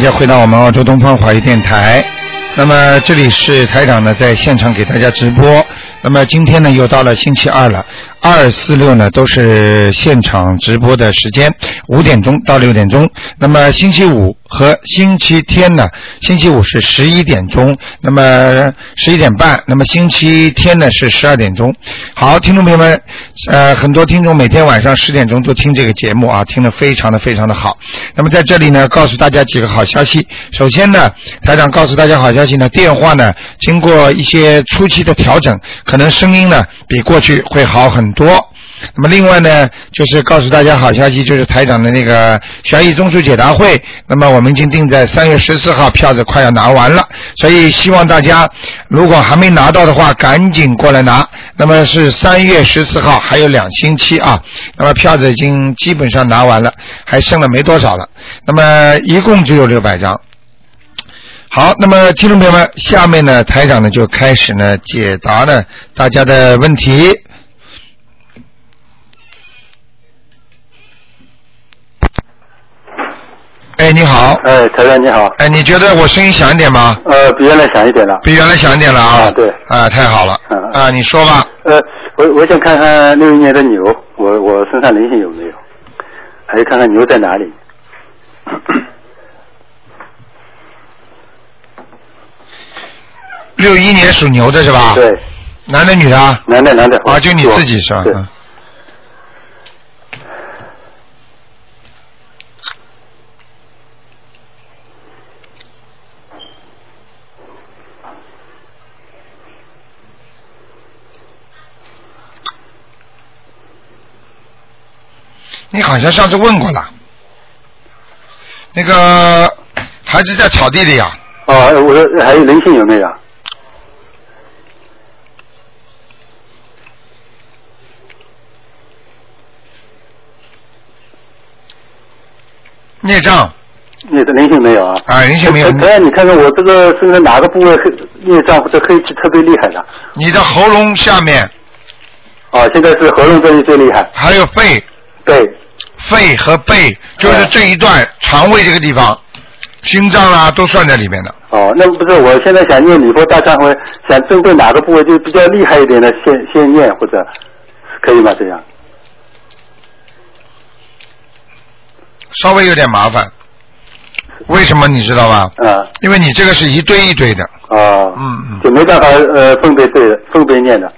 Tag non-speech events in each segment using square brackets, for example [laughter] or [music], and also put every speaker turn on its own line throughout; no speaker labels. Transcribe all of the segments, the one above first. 家回到我们澳洲东方华语电台。那么这里是台长呢，在现场给大家直播。那么今天呢，又到了星期二了，二四六呢都是现场直播的时间，五点钟到六点钟。那么星期五和星期天呢，星期五是十一点钟，那么十一点半，那么星期天呢是十二点钟。好，听众朋友们，呃，很多听众每天晚上十点钟都听这个节目啊，听得非常的非常的好。那么在这里呢，告诉大家几个好消息。首先呢，台长告诉大家好消息呢，电话呢，经过一些初期的调整，可能声音呢比过去会好很多。那么另外呢，就是告诉大家好消息，就是台长的那个悬疑综述解答会，那么我们已经定在三月十四号，票子快要拿完了，所以希望大家如果还没拿到的话，赶紧过来拿。那么是三月十四号，还有两星期啊，那么票子已经基本上拿完了，还剩了没多少了，那么一共只有六百张。好，那么听众朋友们，下面呢，台长呢就开始呢解答呢大家的问题。哎，你好，
哎，台长你好，
哎，你觉得我声音响一点吗？
呃，比原来响一点了。
比原来响一点了啊。
啊对
啊，太好了。
嗯
啊，你说吧。
呃，我我想看看六一年的牛，我我身上灵性有没有，还有看看牛在哪里。
六一年属牛的是吧？。
对，
男的女的啊？
男的男的。
啊，就你
我
自己是吧？
对
嗯。你好像上次问过了，那个孩子在草地里啊，
哦，我说还有灵性有没有？啊
孽障
你的灵性没有啊？
啊，人性没有
呃。台长，你看看我这个身上哪个部位黑孽障或者黑气特别厉害的？啊
你的喉咙下面
哦，现在是喉咙这里最厉害。
还有肺，
对，
肺和背，就是这一段肠胃这个地方，心脏啦、都算在里面的。
哦，那不是，我现在想念礼佛大忏悔，想针对哪个部位就比较厉害一点的先先念，或者可以吗？这样？
稍微有点麻烦。为什么你知道吧？
嗯。
因为你这个是一堆一堆的，
啊，
嗯嗯
就没办法呃分别对分别念的，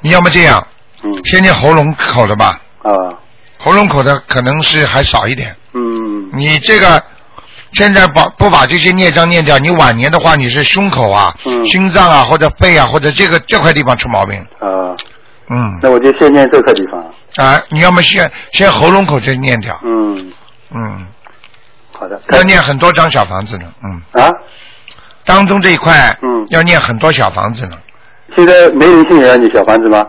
你要么这样，
嗯，
先念喉咙口的吧，
啊，
喉咙口的可能是还少一点。
嗯，
你这个现在把不把这些孽障念掉，你晚年的话你是胸口啊、
嗯
心脏啊或者肺啊或者这个这块地方出毛病，
啊，
嗯，
那我就先念这个地方，
啊，你要么先先喉咙口再念掉，
嗯，
嗯，
好的，
要念很多张小房子呢，嗯，
啊，
当中这一块，
嗯
要念很多小房子呢，
现在没人性也要你小房子吗？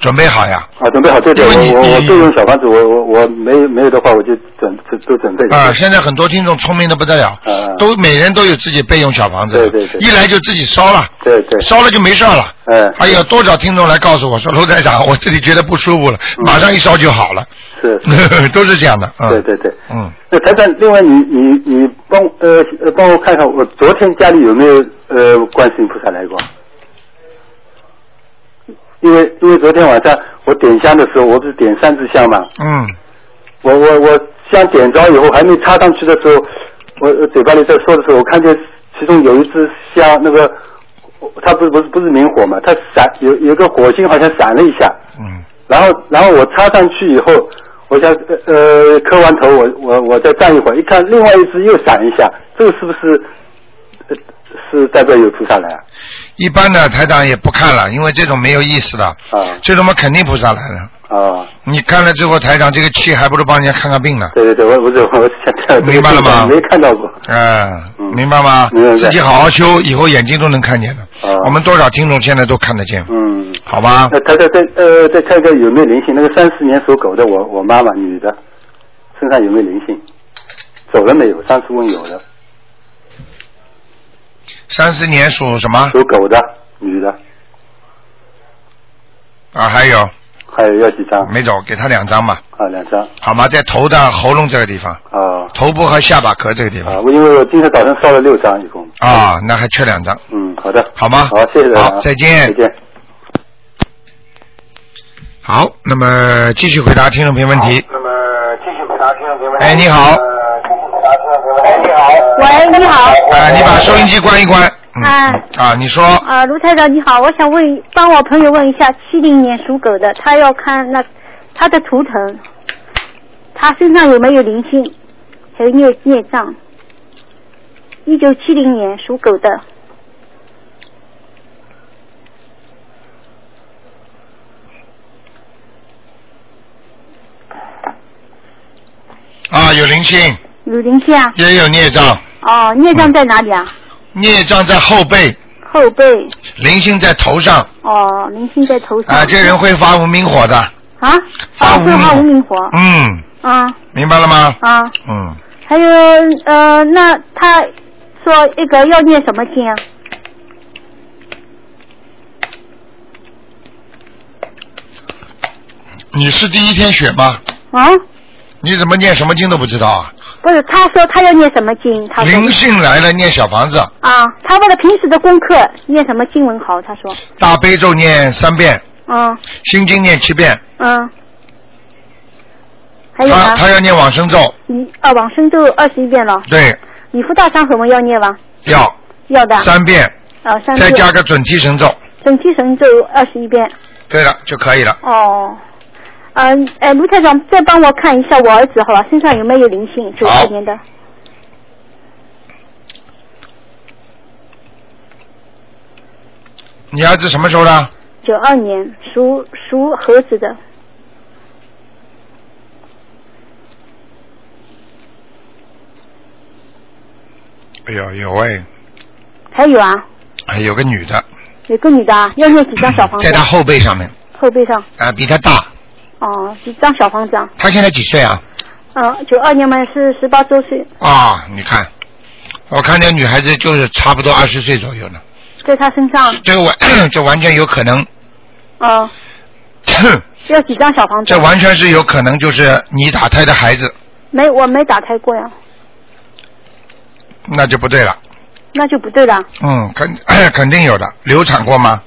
准备好呀，
啊，准备好，对对，我
因为你
我我
你
备用小房子，我我我没没有的话，我就准准都准备一下
啊，现在很多听众聪明的不得了，
嗯
都每人都有自己备用小房子，
对对对
一来就自己烧了，
对对，
烧了就没事儿了。
嗯，
还有多少听众来告诉我说，卢台长，我这里觉得不舒服了，
嗯
马上一烧就好了，
是，
[laughs] 都是这样的。嗯、
对对对。
嗯，
那台长，另外你你你帮我呃呃帮我看看，我昨天家里有没有呃观世音菩萨来过？因为因为昨天晚上我点香的时候，我不是点三支香嘛，
嗯，
我我我香点着以后还没插上去的时候，我我嘴巴里在说的时候，我看见其中有一支香，那个它不是不是不是明火嘛，它闪有有个火星好像闪了一下，
嗯，
然后然后我插上去以后，我想呃呃磕完头，我我我再站一会儿，一看另外一只又闪一下，这个是不是、呃、是代表有菩萨来啊？
一般的台长也不看了，因为这种没有意思的，
啊
这种嘛肯定菩萨来了。
啊，
你看了之后，台长这个气还不如帮人家看看病呢。
对对对，我我我我想看
明白了吗
没看到过
嗯，
嗯
明白吗？
明白
自己好好修，以后眼睛都能看见的。
啊，
我们多少听众现在都看得见，
嗯。
好吧
那？他再再呃再看看有没有灵性？那个三四年属狗的我我妈妈女的，身上有没有灵性？走了没有？上次问有的，
三四年属什么
属狗的女的
啊？还有
还有要几张？
没走，给他两张嘛，
啊，两张。
好吗？在头的喉咙这个地方，
啊
头部和下巴壳这个地方
啊，我因为我今天早上烧了六张，一共。
啊，那还缺两张，
嗯，好的。
好吗？
好，谢谢大家
好，
啊
再见。
再见。
好，那么继续回答听众朋友问题。
那么继续回答听众朋友问题。
哎，你好，
呃，继续回答听众朋友问题。哎，你好。
喂，你好，
呃
啊，你把收音机关一关。嗯
啊
啊，你说
啊、卢台长你好，我想问，帮我朋友问一下，七零年属狗的，他要看那他的图腾，他身上有没有灵性，还有孽孽障。一九七零年属狗的，
啊，有灵性，
有灵性啊？
也有孽障，
哦，孽
嗯
障在哪里啊？
孽障在后背，
后背。
灵性在头上。
哦，灵性在头上。
啊，这人会发无名火的。
啊，
发
哦，
无
会
名
化
火
无名火。
嗯，
啊
明白了吗？
啊，
嗯，
还有呃，那他说那个要念什么经啊？
你是第一天学吗？
啊，
你怎么念什么经都不知道啊？
不是，他说他要念什么经？他说
灵性来了，念小房子，
啊，他为了平时的功课念什么经文好？他说，
大悲咒念三遍，
嗯
心经念七遍，
嗯，还有
他
呢，
他要念往生咒，
你啊，往生咒二十一遍了，
对，
你夫大忏悔文要念吗？
要
要的，
三遍，
啊三
再
遍，
加个准提神咒，
整体神咒二十一遍。
对了就可以了。
哦，嗯、呃，哎，卢台长，再帮我看一下我儿子好吧，身上有没有灵性？九
好
四年的，
你儿子什么时候的？
九二年属属猴子的，
哎呦有哎，
还有啊，
哎有个女的，
有个女的啊，要念几张小房子
在
啊？
他后背上面
后背上，
啊，比他大，
哦，几张小房子啊？
他现在几岁啊？
嗯，九二年嘛是十八周岁，
啊，你看，我看这女孩子就是差不多二十岁左右呢，
在他身上，
这个完 [clears throat] 这完全有可能， [clears throat]
嗯，要几张小房子
这
啊？
完全是有可能就是你打胎的孩子，
没，我没打开过呀，
那就不对了。
那就不对了，
嗯，肯 [clears throat] 肯定有的，流产过吗？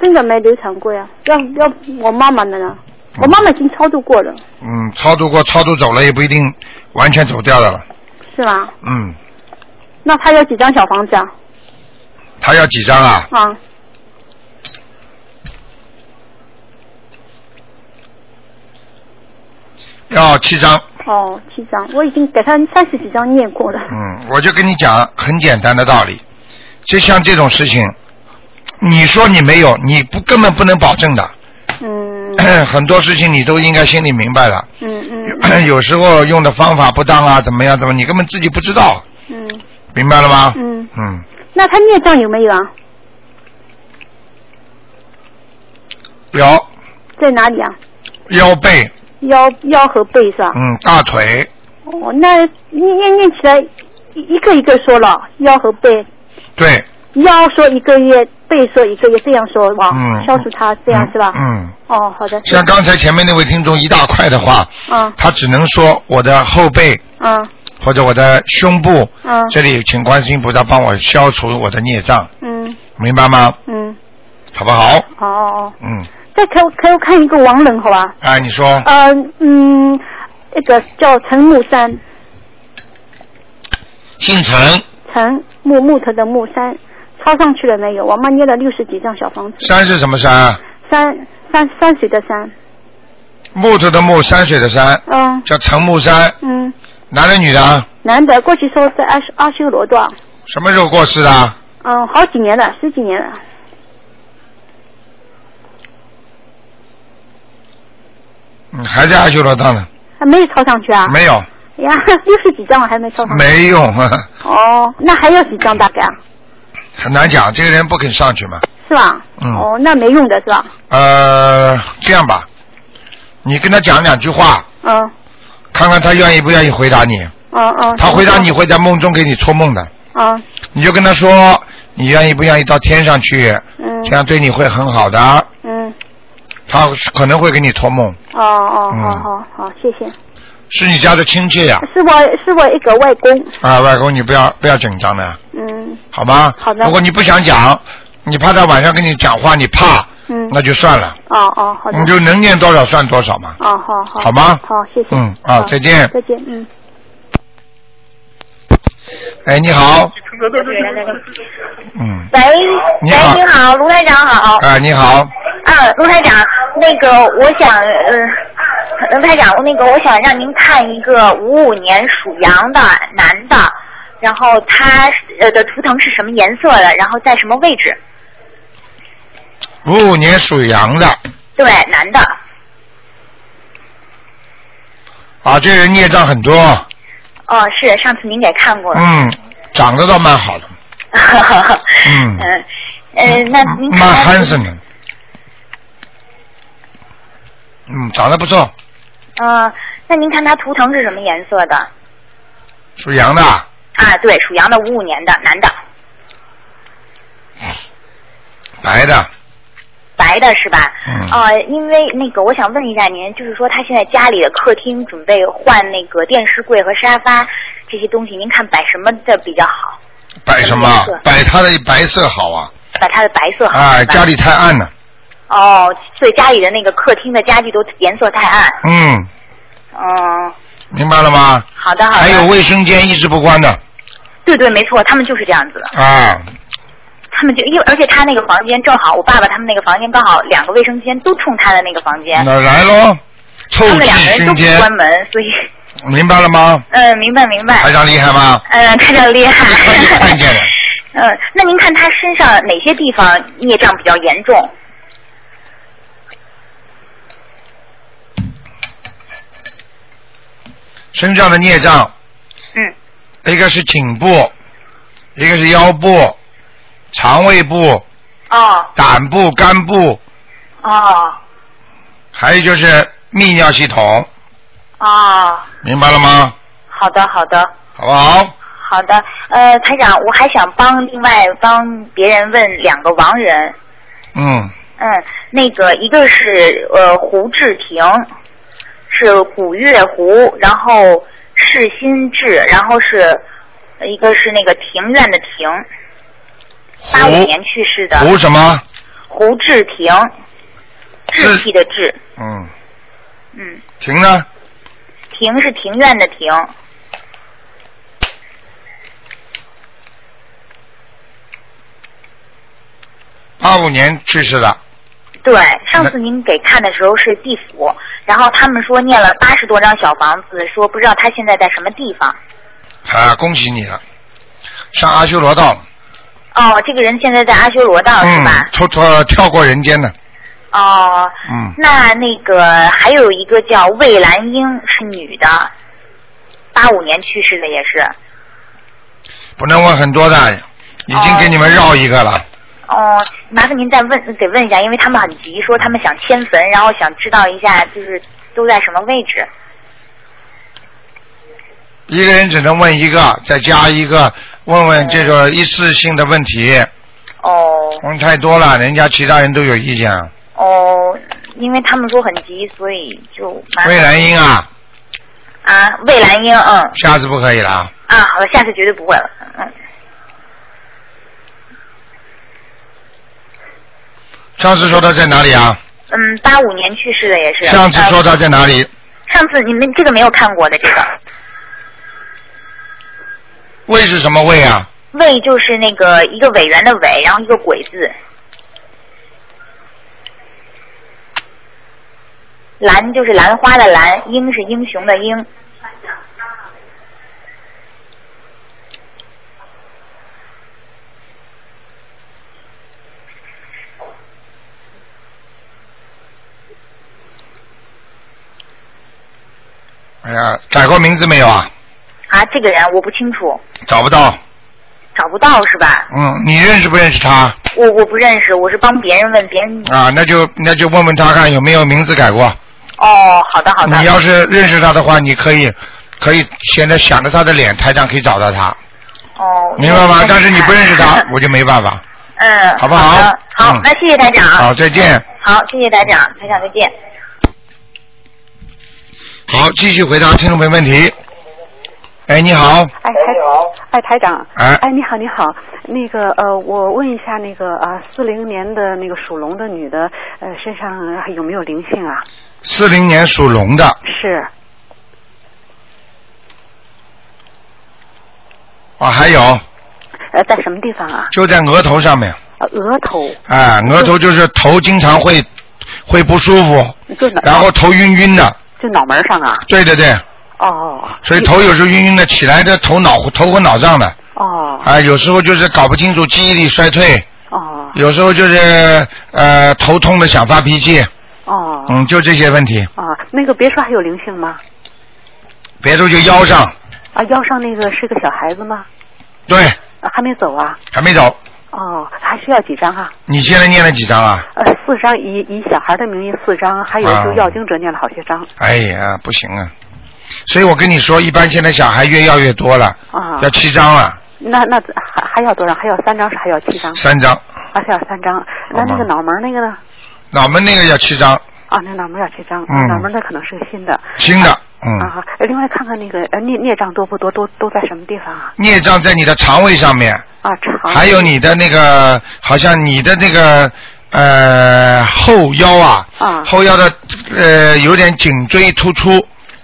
真的没流产过呀，要要我妈妈的呢，我妈妈已经超度过了，
嗯，超度过，超度走了也不一定完全走掉的了。
是吧？
嗯，
那他要几张小房子啊？
他要几张啊？
啊、
要七张。
哦，七张，我已经给他三十几张念过了。
嗯，我就跟你讲很简单的道理，就像这种事情，你说你没有，你不根本不能保证的。
嗯
[clears throat] 很多事情你都应该心里明白了，
嗯
[clears throat]
嗯
有时候用的方法不当啊，怎么样怎么样，你根本自己不知道，
嗯
明白了吗？
嗯，
嗯，
那他孽障有没有啊？
腰
在哪里啊？
腰背，
腰腰和背是吧？
嗯，大腿，
哦，那念念念起来一一个一个说了，腰和背，
对，
腰说一个月，背说一个月，这样说哇，
嗯
消除他这样是吧？
嗯，嗯
哦，好的。
像刚才前面那位听众一大块的话，
嗯
他只能说我的后背
嗯
或者我的胸部
嗯
这里，请观世音菩萨帮我消除我的孽障，
嗯
明白吗？
嗯，
好不好？
哦哦哦，
嗯，
再给我给我看一个亡人好吧？
啊，你说
呃嗯，那个叫陈木山，
姓陈，
陈木木头的木山，抄上去了没有？我妈捏了六十几张小房子，
山是什么山？啊
山山山水的山，
木头的木，山水的山，
嗯
叫陈木山，
嗯，
男的女的啊？
男的过去说在阿修阿修罗道，
什么时候过世的啊？
嗯，好几年了，十几年了，
嗯，还在阿修罗道呢？
还没有抄上去啊？
没有，
哎呀， [laughs] 六十几张了还没抄上去。
没用， [laughs] 呵呵
哦，那还要几张大概啊？
很难讲，这个人不肯上去嘛。
是吧？
嗯
哦，那没用的是吧？
呃，这样吧，你跟他讲两句话，
嗯
看看他愿意不愿意回答你。
嗯嗯。
他回答你。会在梦中给你托梦的，
嗯
你就跟他说你愿意不愿意到天上去，
嗯
这样对你会很好的。
嗯
他他可能会给你托梦，
哦哦，
嗯
好好好，谢谢。
是你家的亲戚呀、
是我是我一个外公，
啊，外公你不要不要紧张的，
嗯
好吗？
好的
如果你不想讲，你怕他晚上跟你讲话，你怕，
嗯，
那就算了，
哦哦，好的
你，就能念多少算多少嘛。
哦好好，
好吗
好，谢谢。
嗯啊
好
再见
再见，嗯。
哎，你好，
喂，
嗯，你
喂，
好
你好，卢台长好。
啊，你好，
啊，卢台长，那个我想，呃，卢台长，那个我想让您看一个五五年属羊的男的，然后他呃的图腾是什么颜色的，然后在什么位置？
五五年哦属羊的，
对，男的，
啊，这人孽障很多，
哦，是上次您给看过了。
嗯，长得倒蛮好的，嗯
嗯 [laughs] 嗯，呃，那您看
蛮
他
憨生的，嗯，长得不错，
呃，那您看他图腾是什么颜色的？
属羊的，
啊，对，属羊的，五五年的男的，
白的，
白的是吧？
嗯
呃，因为那个，我想问一下您，就是说他现在家里的客厅准备换那个电视柜和沙发这些东西，您看摆什么的比较好？
摆什么
什么颜色？
摆他的白色好啊，
把它的白色好
啊，
是吧
家里太暗了，
哦，所以家里的那个客厅的家具都颜色太暗。
嗯，
嗯，
明白了吗？
好的好的。
还有卫生间一直不关的
对对，没错，他们就是这样子的。
啊，
他们就因为而且他那个房间正好，我爸爸他们那个房间刚好两个卫生间都冲他的那个房间，
那来喽，臭
他们
气
两个人都
熏
不
天，
关门，所以
明白了吗？
嗯，明白明白。
台长厉哎害吗？
嗯，他叫厉害。
看见了。
嗯，那您看他身上哪些地方孽障比较严重？
身上的孽障，
嗯，
一个是颈部，一个是腰部、肠胃部、
哦
胆部、肝部，
哦
还有就是泌尿系统，
哦，
明白了吗？
好的好的
好不好？
好的。呃，台长，我还想帮另外帮别人问两个亡人。
嗯，
嗯，那个一个是呃胡志廷，是古月胡，然后是心志，然后是呃一个是那个庭院的庭，八五
胡
年去世的
胡什么？
胡志廷，志气的志，
嗯，
嗯，
停呢？
庭是庭院的庭，
八五年去世的，
对，上次您给看的时候是地府，然后他们说念了八十多张小房子，说不知道他现在在什么地方。
啊，恭喜你了，上阿修罗道了，
哦，这个人现在在阿修罗道、是吧？
嗯，脱脱跳过人间了，
哦，
嗯
那那个还有一个叫魏兰英，是女的，八五年去世的也是。
不能问很多的，已经给你们绕一个了。
哦，麻烦您再问，得问一下，因为他们很急，说他们想迁坟，然后想知道一下就是都在什么位置。
一个人只能问一个，再加一个，问问这个一次性的问题，
哦
问太多了，人家其他人都有意见。
哦，因为他们说很急，所以就麻烦
魏兰英啊，
啊，魏兰英，嗯
下次不可以了啊。
啊，好的，下次绝对不会了，嗯
上次说他在哪里啊？
嗯，八五年去世的也是。
上次说他在哪里？
呃上次你们这个没有看过的这个。
魏是什么魏啊？
魏就是那个一个委员的委，然后一个鬼字。兰就是兰花的兰，英是英雄的英。
哎呀，改过名字没有啊？
啊，这个人我不清楚，
找不到。
找不到是吧？
嗯，你认识不认识他
我我不认识，我是帮别人问别人。
啊？那就那就问问他看有没有名字改过。
哦，好的好的。
你要是认识他的话，你可以可以现在想着他的脸，台上可以找到他，
哦，，
明白吗？但是你不认识他我就没办法。
嗯，
好不好
的好
嗯，
那谢谢台长。
好，再见。
好，谢谢台长，台长再见。
好，继续回答听众朋友问题。哎，你好，
哎，台哎，台长，
哎
哎，你好，你好，那个呃，我问一下那个啊，四、0零年的那个属龙的女的，呃，身上还有没有灵性啊？
四零年属龙的
是，
啊，还有
呃，在什么地方啊？
就在额头上面，
呃额头，
啊，额头就是头经常会会不舒服，
就脑，
然后头晕晕的，
就脑门上啊？
对对对，
哦
所以头有时候晕晕的，起来的头脑头昏脑胀的，
哦
啊，有时候就是搞不清楚，记忆力衰退，
哦
有时候就是呃头痛的想发脾气，
哦
嗯，就这些问题，
啊，那个别说还有灵性吗？
别处就腰上，
啊，腰上那个是个小孩子吗？
对，
啊、还没走啊？
还没走，
哦，还需要几张啊？
你现在念了几张啊？
呃，四张，以以小孩的名义四张，还有就
啊
要经者念了好些张
哎呀，不行啊，所以我跟你说，一般现在小孩越要越多了，
啊。
要七张了，
那那还还要多少？还要三张是还要七张？
三张，
啊，还要三张。那
好吧
那个脑门儿那个呢？
脑门那个要七张，
啊，那脑门儿要七张，
嗯
脑门儿那可能是个新的。
新的，嗯。
啊，另外看看那个呃孽孽障多不多？都都在什么地方啊？
孽障在你的肠胃上面，
啊，肠。
还有你的那个，好像你的那个呃后腰啊，
啊
后腰的呃有点颈椎突出，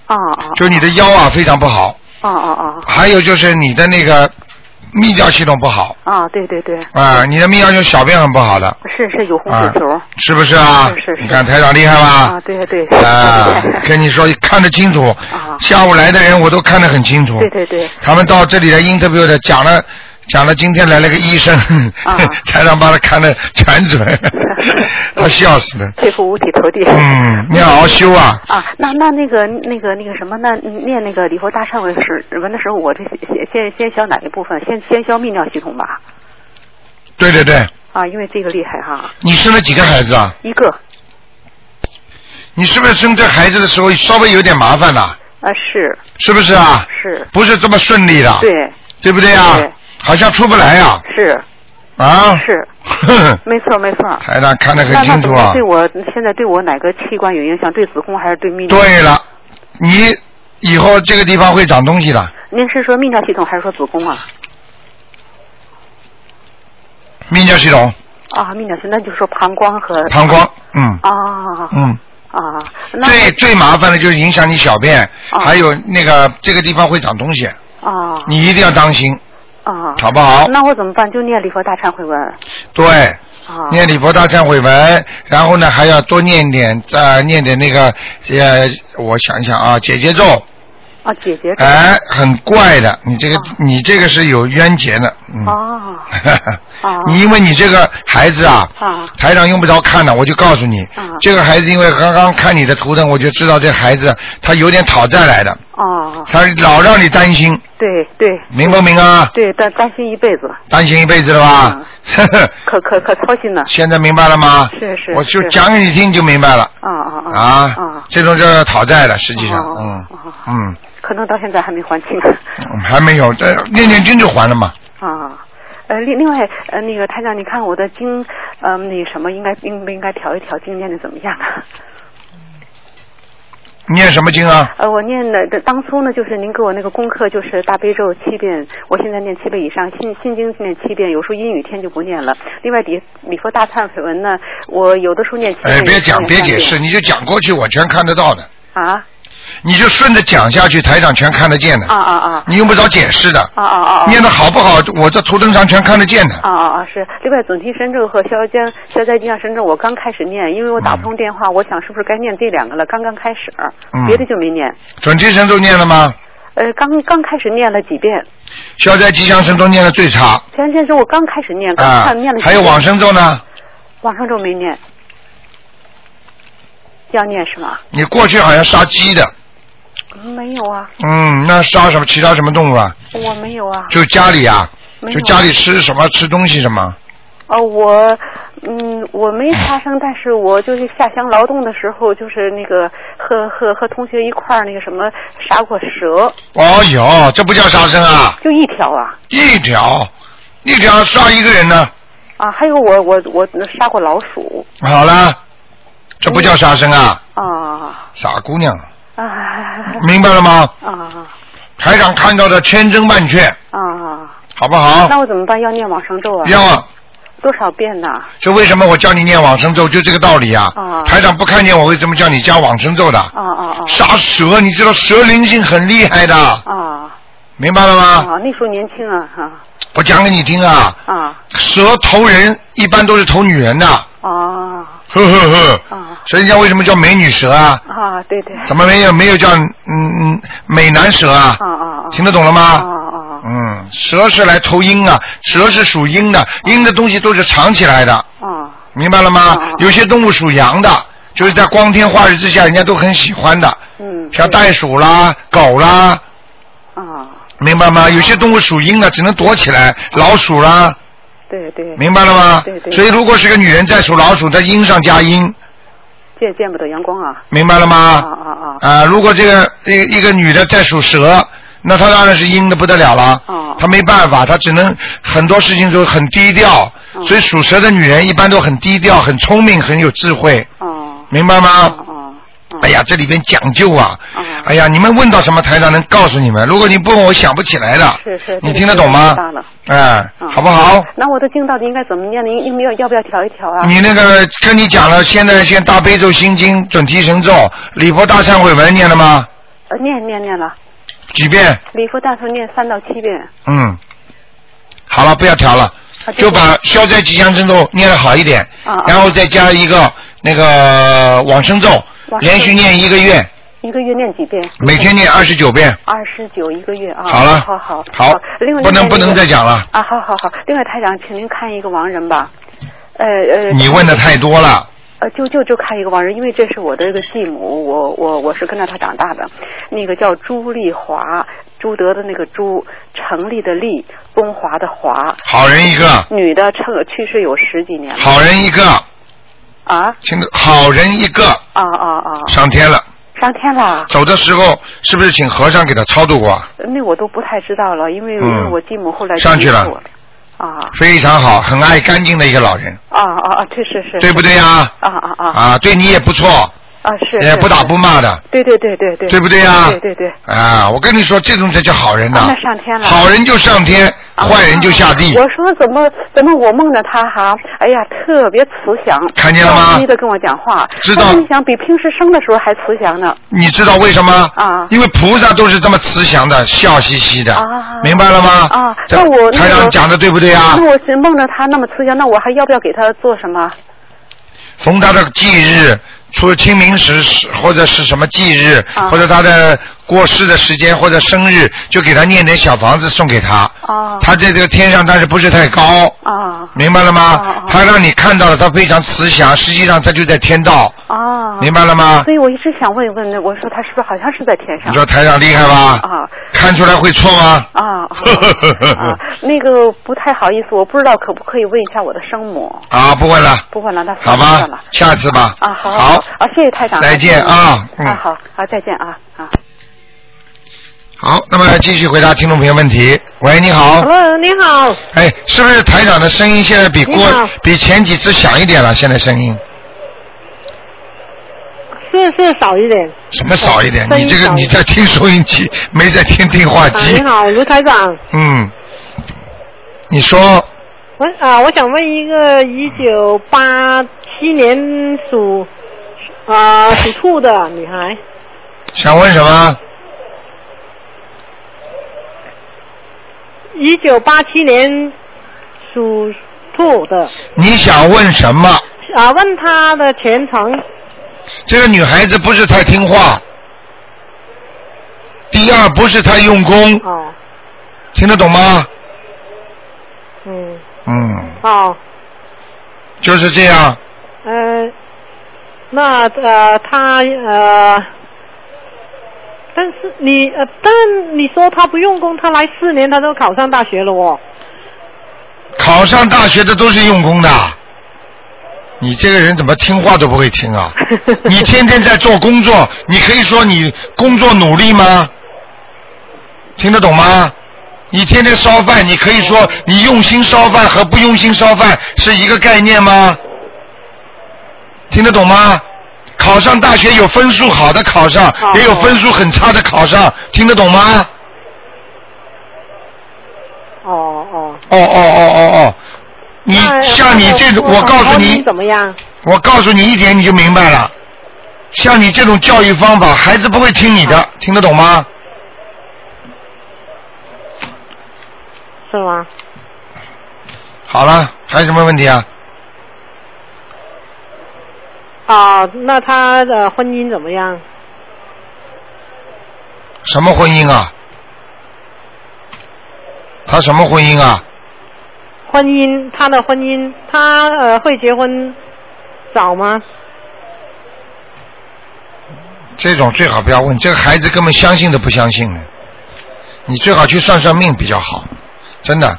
啊啊
就是你的腰啊非常不好。
啊啊
还有就是你的那个泌尿系统不好
啊啊！对对对，
啊，你的泌尿系统小便很不好的
是嗯是有红
啊
血球。，
是不是啊？
是是是
你看台长厉害吧
啊，？对对。 [laughs]
啊，跟你说看得清楚，
啊
下午来的人我都看得很清楚。
对对对。
他们到这里来 interview 的，讲了讲了，今天来了个医生，
啊
[laughs] 台长把他看得全
[laughs]
准，他笑死了。
佩服五体投地。
嗯，你要好好修啊。
啊，那那那个那个那个什么，那念那个礼佛大忏悔时文的时候，我这先先先消哪一部分？先先消泌尿系统吧。
对对对，
啊，因为这个厉害哈，
你生了几个孩子啊？
一个
你是不是生这孩子的时候稍微有点麻烦了、
啊是
是不是啊？
是，
不是这么顺利的，
对
对不对啊
对？
好像出不来呀、嗯
是
啊， [laughs]
是，
呵
没错没错。
台长看得
那
很
那
清
怎
楚
么
啊。
对我现在对我哪个器官有影响？对子宫还是对泌尿？
对了，你以后这个地方会长东西的，
您是说泌尿系统还是说子宫啊？
泌尿系统、
啊，泌尿系统那就是说膀胱和
膀胱，嗯
呃啊
嗯，
啊，那
最最麻烦的就是影响你小便，
哦
还有那个这个地方会长东西，
啊
你一定要当心，
啊，
好不好？
那我怎么办？就念礼佛大忏悔文
对，
啊。
念礼佛大忏悔文，然后呢还要多念点呃念点那个呃，我想一想啊，解结咒，
啊，解决这个
哎，很怪的，你这个
哦
你这个是有冤结的，嗯。
啊哦
[laughs] 你因为你这个孩子啊，
啊
台长用不着看的，我就告诉你，
啊
这个孩子因为刚刚看你的图腾，我就知道这孩子他有点讨债来的，
哦
啊，
他老让你担心，
对对
明不明啊？
对，担担心一辈子，
担心一辈子了吧？ [laughs] 呵呵，
嗯可可可操心呢。
现在明白了吗？
是是
我就是讲给你听就明白了
啊啊啊
啊
啊！，
这种就是讨债的，实际上，嗯
哦哦
嗯
可能到现在还没还清。
嗯，还没有，这念念经就还了嘛。
啊，呃，另另外呃，那个台长，你看我的经，呃，那什么应该应不应该调一调经念的怎么样 [laughs] 啊？
念什么经啊？
呃，我念的当初呢，就是您给我那个功课，就是大悲咒七遍，我现在念七遍以上，心心经念七遍，有时候阴雨天就不念了。另外礼礼佛大忏悔文呢，我有的时候念七遍。
哎，别
有时候
讲，
念
别
三
解
遍
释，你就讲过去，我全看得到的，
啊
你就顺着讲下去，台长全看得见的
啊，啊啊
你用不着解释的。
啊啊啊！啊
念的好不好，我这图腾上全看得见的。
啊啊啊！是，另外准提神咒和消灾消灾吉祥神咒，我刚开始念，因为我打不通电话，我想是不是该念这两个了？刚刚开始，
嗯
别的就没念。
准提神咒念了吗？
呃，刚刚开始念了几遍，
消灾吉祥神咒念的最差
前先生我刚开始念，刚
啊
看念了，几遍。
还有往生咒呢？
往上咒没念，要念是吗？
你过去好像杀鸡的，
没有啊，
嗯，那杀什么其他什么动物啊？
我没有啊。
就家里啊，
没有
就家里吃什么吃东西什么，
哦，我嗯，我没发生，但是我就是下乡劳动的时候，就是那个和和和同学一块儿那个什么杀过蛇，
哦哟，这不叫杀生啊，
就一条啊。
一条，一条杀一个人呢，
啊啊，还有我我我杀过老鼠
好了，这不叫杀生啊，
啊
傻姑娘，
啊
明白了吗？
啊
台长看到的千真万确，
啊！
好不好？
那我怎么办？要念往生咒啊？
要啊，
多少遍呢？
这为什么我叫你念往生咒，就这个道理啊。
啊
台长不看见我为什么叫你加往生咒的？
啊啊
杀蛇，你知道蛇灵性很厉害的，
啊啊
明白了吗？
啊！那时候年轻啊哈
我讲给你听啊，
啊
蛇投人一般都是投女人的，
啊
呵呵呵。
啊
所以人家为什么叫美女蛇啊？
啊！对对。
怎么没有没有叫嗯嗯美男蛇啊？
啊啊啊！
听得懂了
啊
吗？
啊
嗯，蛇是来投阴啊，蛇是属阴的，阴的东西都是藏起来的，
啊啊！
明白了吗
啊？
有些动物属阳的，就是在光天化日之下，人家都很喜欢的，
嗯。
像袋鼠啦、狗啦，
啊，
明白吗？有些动物属阴的，只能躲起来，老鼠啦，
对对，
明白了吗
对？对
所以如果是个女人在属老鼠，在阴上加阴，
见见不得阳光啊！
明白了
啊
吗？
啊啊！
啊，如果这个一一个女的在属蛇，那她当然是阴的不得了了。
哦
她没办法，她只能很多事情都很低调。
嗯
所以属蛇的女人一般都很低调、很聪明、很有智慧，
哦
明白吗？
哦哦！
哎呀，这里边讲究啊！
嗯
哎呀，你们问到什么台长能告诉你们？如果你不问，我想不起来了。
是是
你听得懂
这个太大
吗
了？
哎，
嗯
好不好？
那我的经到底应该怎么念呢？应要要不要调一调啊？
你那个跟你讲了，现在先大悲咒、心经、准提神咒、礼佛大忏悔文念了吗？
呃念念念了，
几遍？
礼佛大忏念三到七遍。
嗯，好了，不要调了，
啊
就把消灾吉祥神咒念的好一点，
啊啊
然后再加一个那个往生咒，
往生咒
连续念一个月，
一个月念几遍？
每天念二十九遍。
二十九一个月啊。
好了，
好好
好
另外，
不能
另外那个
不能再讲了，
啊，好好好。另外，台长，请您看一个亡人吧。呃呃，
你问的太多了。
呃，就就就看一个亡人，因为这是我的一个继母，我我我是跟着她长大的，那个叫朱丽华，朱德的那个朱，成立的立，中华的华，
好人一个，
女的，称去世有十几年了
好人一个，
啊
听得好人一个
啊啊啊，
上天了。
上天啦！
走的时候是不是请和尚给他超度过啊？
那我都不太知道了，因为
嗯
因为我继母后来
上去了
接触我的啊
非常好，很爱干净的一个老人，
啊啊啊，这是是
对不对啊？
啊啊啊
啊，对你也不错，
啊是
也
是
不打不骂的。
对对对对对，
对不对呀
对对对。
啊，我跟你说，这种才叫好人呐、
啊那上天了
好人就上天，
啊
坏人就下地。
我说怎么怎么我梦着他哈，哎呀，特别慈祥，
看见了吗
的跟我讲话，
知道
但是你想比平时生的时候还慈祥呢，
你知道为什么？
啊
因为菩萨都是这么慈祥的，笑嘻嘻的，
啊
明白了吗？
啊
这
那我那
台
我
长讲的对不对啊
那？我是梦着他那么慈祥，那我还要不要给他做什么？
逢他的忌日，除了清明时时或者是什么忌日，
啊
或者他的过世的时间或者生日，就给他念点小房子送给他。
啊
他在这个天上，但是不是太高，
啊
明白了吗
啊啊？
他让你看到了，他非常慈祥，实际上他就在天道，
啊！
明白了吗？
所以我一直想问一问呢，我说他是不是好像是在天
你
上？
说台长厉害吧？
啊
看出来会错吗？
啊
[laughs]
啊啊！那个不太好意思，我不知道可不可以问一下我的生母？
啊，不问了，
不问了，那
好
算了
吧
算了，。
下次吧。
啊，好
好，
啊，谢谢台长，
再见啊嗯
啊，好啊，再见啊啊。
好，那么继续回答听众朋友问题。喂，你好。
Hello，你好，
哎，是不是台长的声音现在比
你
过
好
比前几次响一点了？现在声音
是是少一点。
什么少一点？
哦声
你
音
这个
少一
你
点
在听收音机，没在听电话
啊，你
机。
好，卢台长，
嗯，你说
我啊，我想问一个一九八七年属啊、属兔的女孩，
想问什么？
一九八七年属兔的
你想问什么？
啊，问她的前程
这个女孩子不是太听话，第二不是太用功，
哦，
听得懂吗？
嗯，
嗯，
哦，
就是这样。
呃，那呃，她呃。但是你呃，但你说她不用功，她来四年她都考上大学了哦。
考上大学的都是用功的，你这个人怎么听话都不会听 [laughs] 啊？你天天在做工作，你可以说你工作努力吗？听得懂吗？你天天烧饭，你可以说你用心烧饭和不用心烧饭是一个概念吗？听得懂吗？考上大学有分数好的考上，也有分数很差的考上，听得懂吗？
哦哦，
哦哦哦哦哦，你
那
像你这种，
那
我告诉
老
你
公，怎么样？
我告诉你一点，你就明白了。像你这种教育方法，孩子不会听你的，听得懂吗？
是吗？
好了，还有什么问题啊？
啊，那他的婚姻怎么样？
什么婚姻啊？他什么婚姻啊？
婚姻，他的婚姻，他呃会结婚早吗？
这种最好不要问，这个孩子根本相信都不相信呢。你最好去算算命比较好，真的，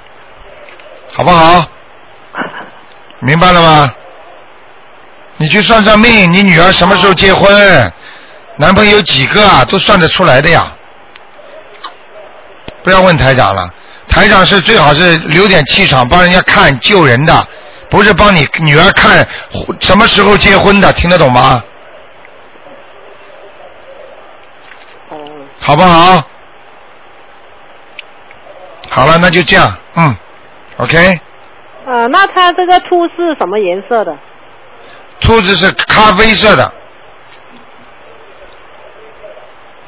好不好？明白了吗？你去算算命，你女儿什么时候结婚，男朋友几个啊，都算得出来的呀。不要问台长了，台长是最好是留点气场，帮人家看救人的，不是帮你女儿看什么时候结婚的，听得懂吗？
哦，
好不好？好了，那就这样，嗯，OK。
呃，那他这个兔是什么颜色的？
兔子是咖啡色的，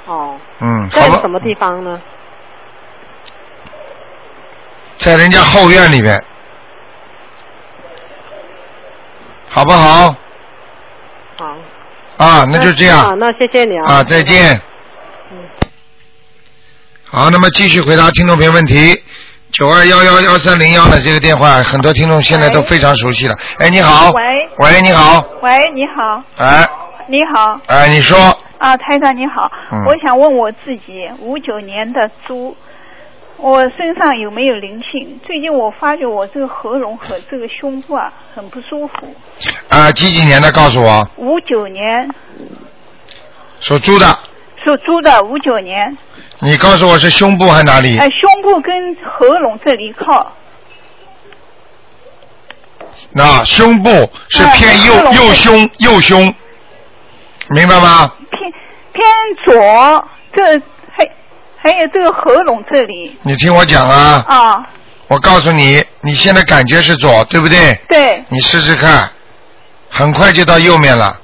哦，
嗯，
在
好吧
什，么地方呢？
在人家后院里面，好不好？
好，
啊，那就这
啊
样，
哦那谢谢你啊。
啊，再见。好，那么继续回答听众朋友问题。九二幺幺幺三零幺的这个电话，很多听众现在都非常熟悉了。哎，你好，
喂
喂，你好，
喂，你好，
哎，
你好
哎，你说，
啊，台长你好，
嗯
我想问我自己，五九年的猪，我身上有没有灵性？最近我发觉我这个喉咙和这个胸部啊很不舒服。
啊，几几年的？告诉我，
五九年
属猪的。
属猪的，五九年，
你告诉我是胸部还哪里？
哎，胸部跟喉咙这里靠，
那胸部是偏右、
哎我知道
右胸右胸，明白吗？
偏偏左，这还还有这个喉咙这里
你听我讲啊，
啊，
我告诉你，你现在感觉是左，对不对？
对
你试试看，很快就到右面了。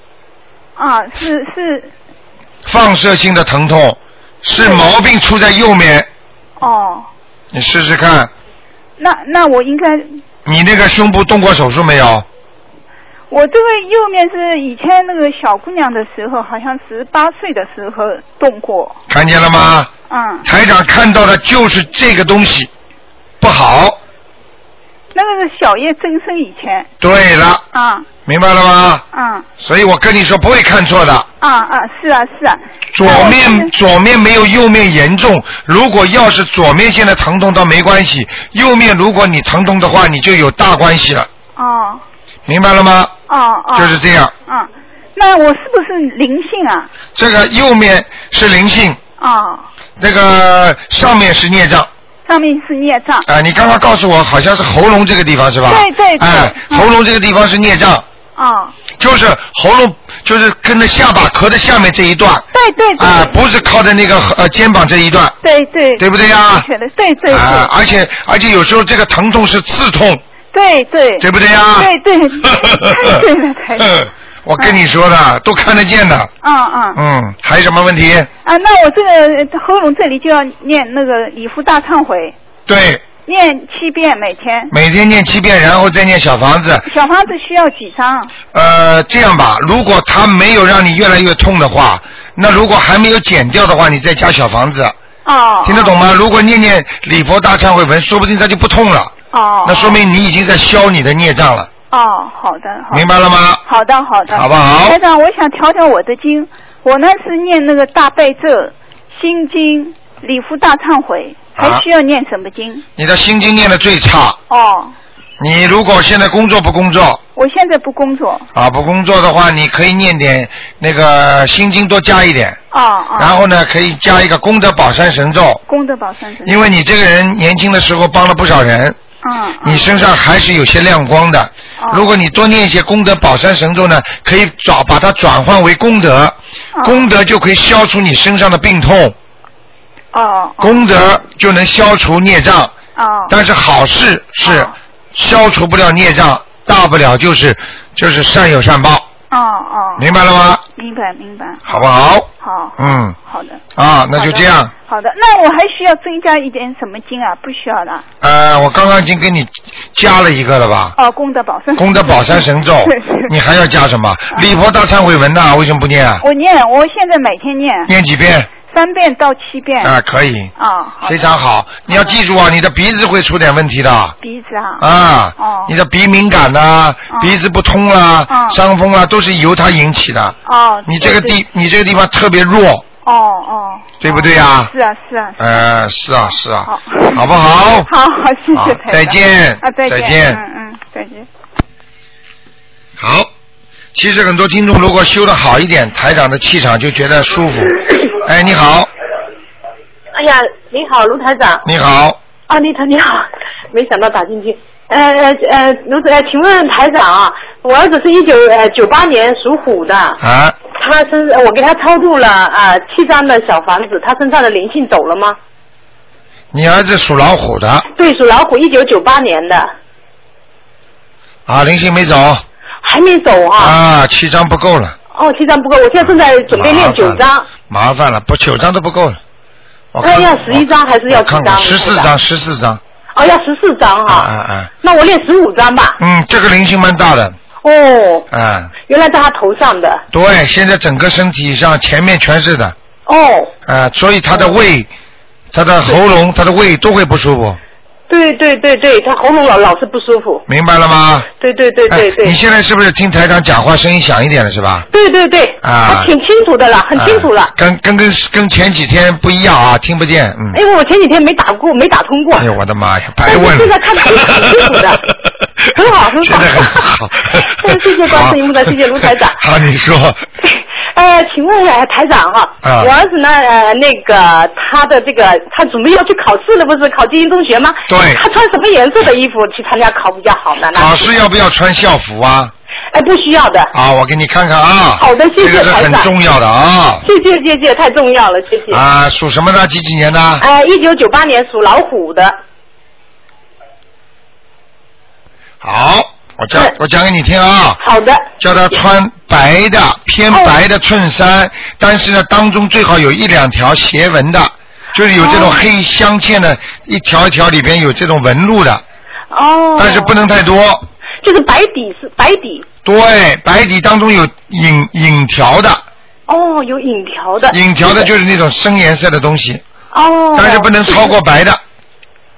啊，是是
放射性的疼痛是
对
毛病出在右面，
哦，
你试试看。
那那我应该
你那个胸部动过手术没有？
我这个右面是以前那个小姑娘的时候，好像十八岁的时候动过，
看见了吗？
嗯，
台长看到的就是这个东西，不好。
那个是小叶增生以前，
对了，
啊
明白了吗？
啊
所以我跟你说不会看错的。
啊啊，是啊是啊，
左
那我
面
现在
左面没有右面严重，如果要是左面现在疼痛倒没关系，右面如果你疼痛的话，你就有大关系了，
哦
明白了吗？
哦哦，
就是这样，
啊，那我是不是灵性啊？
这个右面是灵性，
哦，
那个上面是孽障。
上面是孽障，
啊、你刚刚告诉我好像是喉咙这个地方是吧？
对对对
哎、
嗯
喉咙这个地方是孽障，
哦，
就是喉咙，就是跟着下巴壳的下面这一段，啊、
对对对，
不是靠着那个呃肩膀这一段，
对对，
对不对呀
正确的对对
啊，而且而且有时候这个疼痛是刺痛，
对对
对
对
不对呀？
对
[laughs]
对，太 [laughs] 对嗯了，太对了
嗯，我跟你说的，都看得见的。
啊啊。
嗯，还有什么问题？
啊，那我这个喉咙这里就要念那个礼服大忏悔，
对，
念七遍每天。
每天念七遍，然后再念小房子。
小房子需要几张？
呃，这样吧，如果它没有让你越来越痛的话，那如果还没有减掉的话，你再加小房子，
哦，
听得懂吗？如果念念礼佛大忏悔文，说不定它就不痛了，
哦，
那说明你已经在消你的孽障了，
哦，好的，好的
明。白了吗？
好的，好的。
好不好
台长，我想调调我的经，我呢是念那个大悲咒、心经、礼服大忏悔，还
啊
需要念什么经？
你的心经念的最差，
哦，
你如果现在工作不工作
我现在不工作。
啊？不工作的话，你可以念点那个心经多加一点，
啊啊。
然后呢，可以加一个功德宝山神咒，
功德宝山神。
因为你这个人年轻的时候帮了不少人，
嗯。
你身上还是有些亮光的。
哦
如果你多念一些功德宝山神咒呢，可以找把它转换为功德，功德就可以消除你身上的病痛，
哦
功德就能消除孽障。
哦
但是好事是消除不了孽障，大不了就是就是善有善报，
哦哦。
明白了吗？
明白明白。
好不好？
好。
嗯，
好的。
啊，那就这样。
好的。好的，那我还需要增加一点什么经啊？不需要的。
呃，我刚刚已经给你加了一个了
[laughs]
吧？
哦，功德宝山。
功德宝山神咒
是是，
你还要加什么？
嗯
礼佛大忏悔文呐、为什么不念啊？
我念，我现在每天念
念几遍
三遍到七遍。
啊、可以，
啊，好
非常好。你要记住啊，你的鼻子会出点问题的。
鼻子啊。
啊，
哦
你的鼻敏感呐、鼻子不通啦、
嗯
伤风啦，都是由它引起的。
哦。
啊你这个
对。
地，你这个地方特别弱，
哦哦。
对不对呀、
是啊是啊。
呃，是啊，是啊，
好。
好不好？
好好，谢
好
谢台长。
再见
啊，再
再见
见。嗯嗯，再见。
好。其实很多听众如果修的好一点，台长的气场就觉得舒
[laughs]
服。哎，你好，
哎呀，你好，卢台长。
你好，
啊，你好，你好，没想到打进去。呃呃呃，卢呃，请问台长啊，我儿子是一九呃九八年属虎的，
啊，
他身呃我给他超度了啊七张的小房子，他身上的灵性走了吗？
你儿子属老虎的
对，属老虎，一九九八年的，
啊，灵性没走
还没走啊。
啊，七张不够了，
哦，七张不够，我现在正在准备练九张。
麻烦了，不九张都不够了。我
那
看
要11张还是要
我看
10张
十四
台
张，
长
十四张。
哦，要十四张哈、
啊啊啊！
那我练十五张吧。
嗯，这个灵性蛮大的，
哦，
啊，
原来在他头上的。
对，现在整个身体上前面全是的，
哦，
啊，所以他的胃、他的喉咙、他的胃都会不舒服，
对对对对，他喉咙老老是不舒服。
明白了吗？
对对对对对。
哎，你现在是不是听台长讲话声音响一点了是吧？
对对对，
啊
还挺清楚的了，很清楚了。
啊跟跟跟跟前几天不一样啊，听不见，嗯。
因为我前几天没打过，没打通过。
哎呦我的妈呀，白
但
问了。
是 [laughs] 现在看起来很清楚
[laughs]
的，很好很
现
好。
在很好
但是谢谢观世音菩萨谢谢卢台长
好，你说，
呃，请问呃台长哈，
啊
我儿子呢呃那个他的这个他准备要去考试了，不是考精英中学吗？
[laughs] 对
他穿什么颜色的衣服去参加考比较好呢？那
考试要不要穿校服啊？
哎不需要的。
啊，我给你看看啊。
好的谢谢
这个是很
台长
重要的啊。
谢谢谢谢，太重要了，谢谢。
啊，属什么的？几几年的？
哎，一九九八年属老虎的，
好，我讲
对
我讲给你听啊。
嗯好的，
叫他穿白的偏白的衬衫，但是呢，当中最好有一两条斜纹的，就是有这种黑镶嵌的，一条一条里边有这种纹路的，
哦。
但是不能太多。
就是白底是白底，
对，白底当中有影影条的，
哦，有影条的。
影条的就是那种深颜色的东西，
哦。
但是不能超过白的。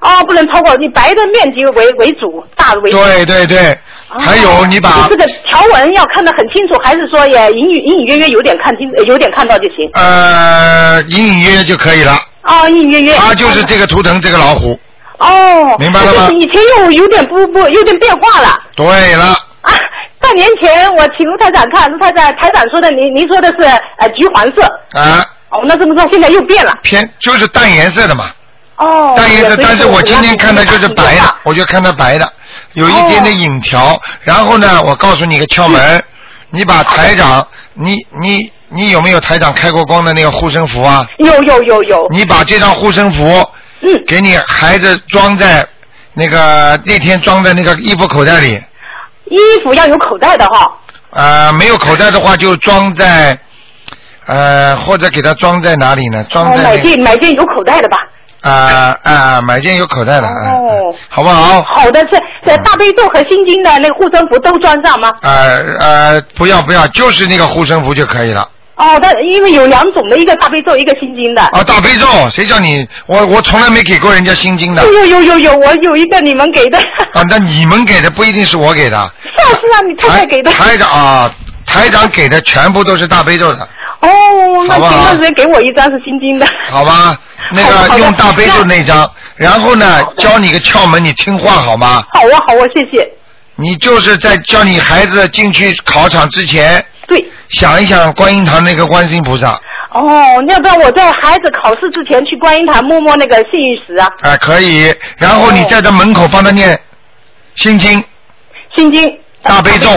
哦，不能超过你白的面积为为主，大的为主。
对对对，
哦。
还有你把
这个条纹要看得很清楚，还是说也隐隐隐隐约约有点看清，呃有点看到就
啊
行。
呃隐隐约约就可以了。
哦，隐隐约约。
它就是这个图腾，这个老虎。
哦。
明白了吗
就是以前又有点不不有点变化了
对了，
啊。半年前我请卢台长看，卢台长台长说的，您您说的是呃橘黄色，
啊、
哦，那这么说现在又变了。
偏就是淡颜色的嘛，
哦。
淡颜色。但是我今天看它就是白
了。
的，我就看它白的，有一点
哦
点影条。然后呢，我告诉你个窍
嗯
门，你把台长，你你你有没有台长开过光的那个护身符啊？
有有有有，
你把这张护身符
嗯，
给你孩子装在那个那天装在那个衣服口袋里，
衣服要有口袋的哈。
呃，没有口袋的话就装在，呃，或者给它装在哪里呢？装
哦，
在
买
那个
件买件有口袋的吧。
啊啊、买件有口袋的，啊
哦
好不好？
好的，是
嗯
是大悲咒和心经的那个护身符都装上吗？
呃呃，不要不要，就是那个护身符就可以了。
哦，但因为有两种的，一个大悲咒，一个心经的。
啊，大悲咒，谁叫你我我从来没给过人家心
[laughs]
经的
有有有有有，我有一个你们给的。 [laughs]
啊，那你们给的不一定是我给的，
是啊是啊，你太太给的。
台台长啊，台长给的全部都是大悲咒的。
哦，那
好不
请
好
那人给我一张是心经的。
好吧？那
好的好
个
的
用大悲咒那张，然后呢，教你个窍门，你听话好吗？
好啊，好啊，谢谢。
你就是在教你孩子进去考场之前，
对，
想一想观音堂那个观世音菩萨，
哦，要不然我在孩子考试之前去观音堂摸摸那个幸运石啊，
哎，可以。然后
哦
你在这门口帮他念心经、
心经。
大悲咒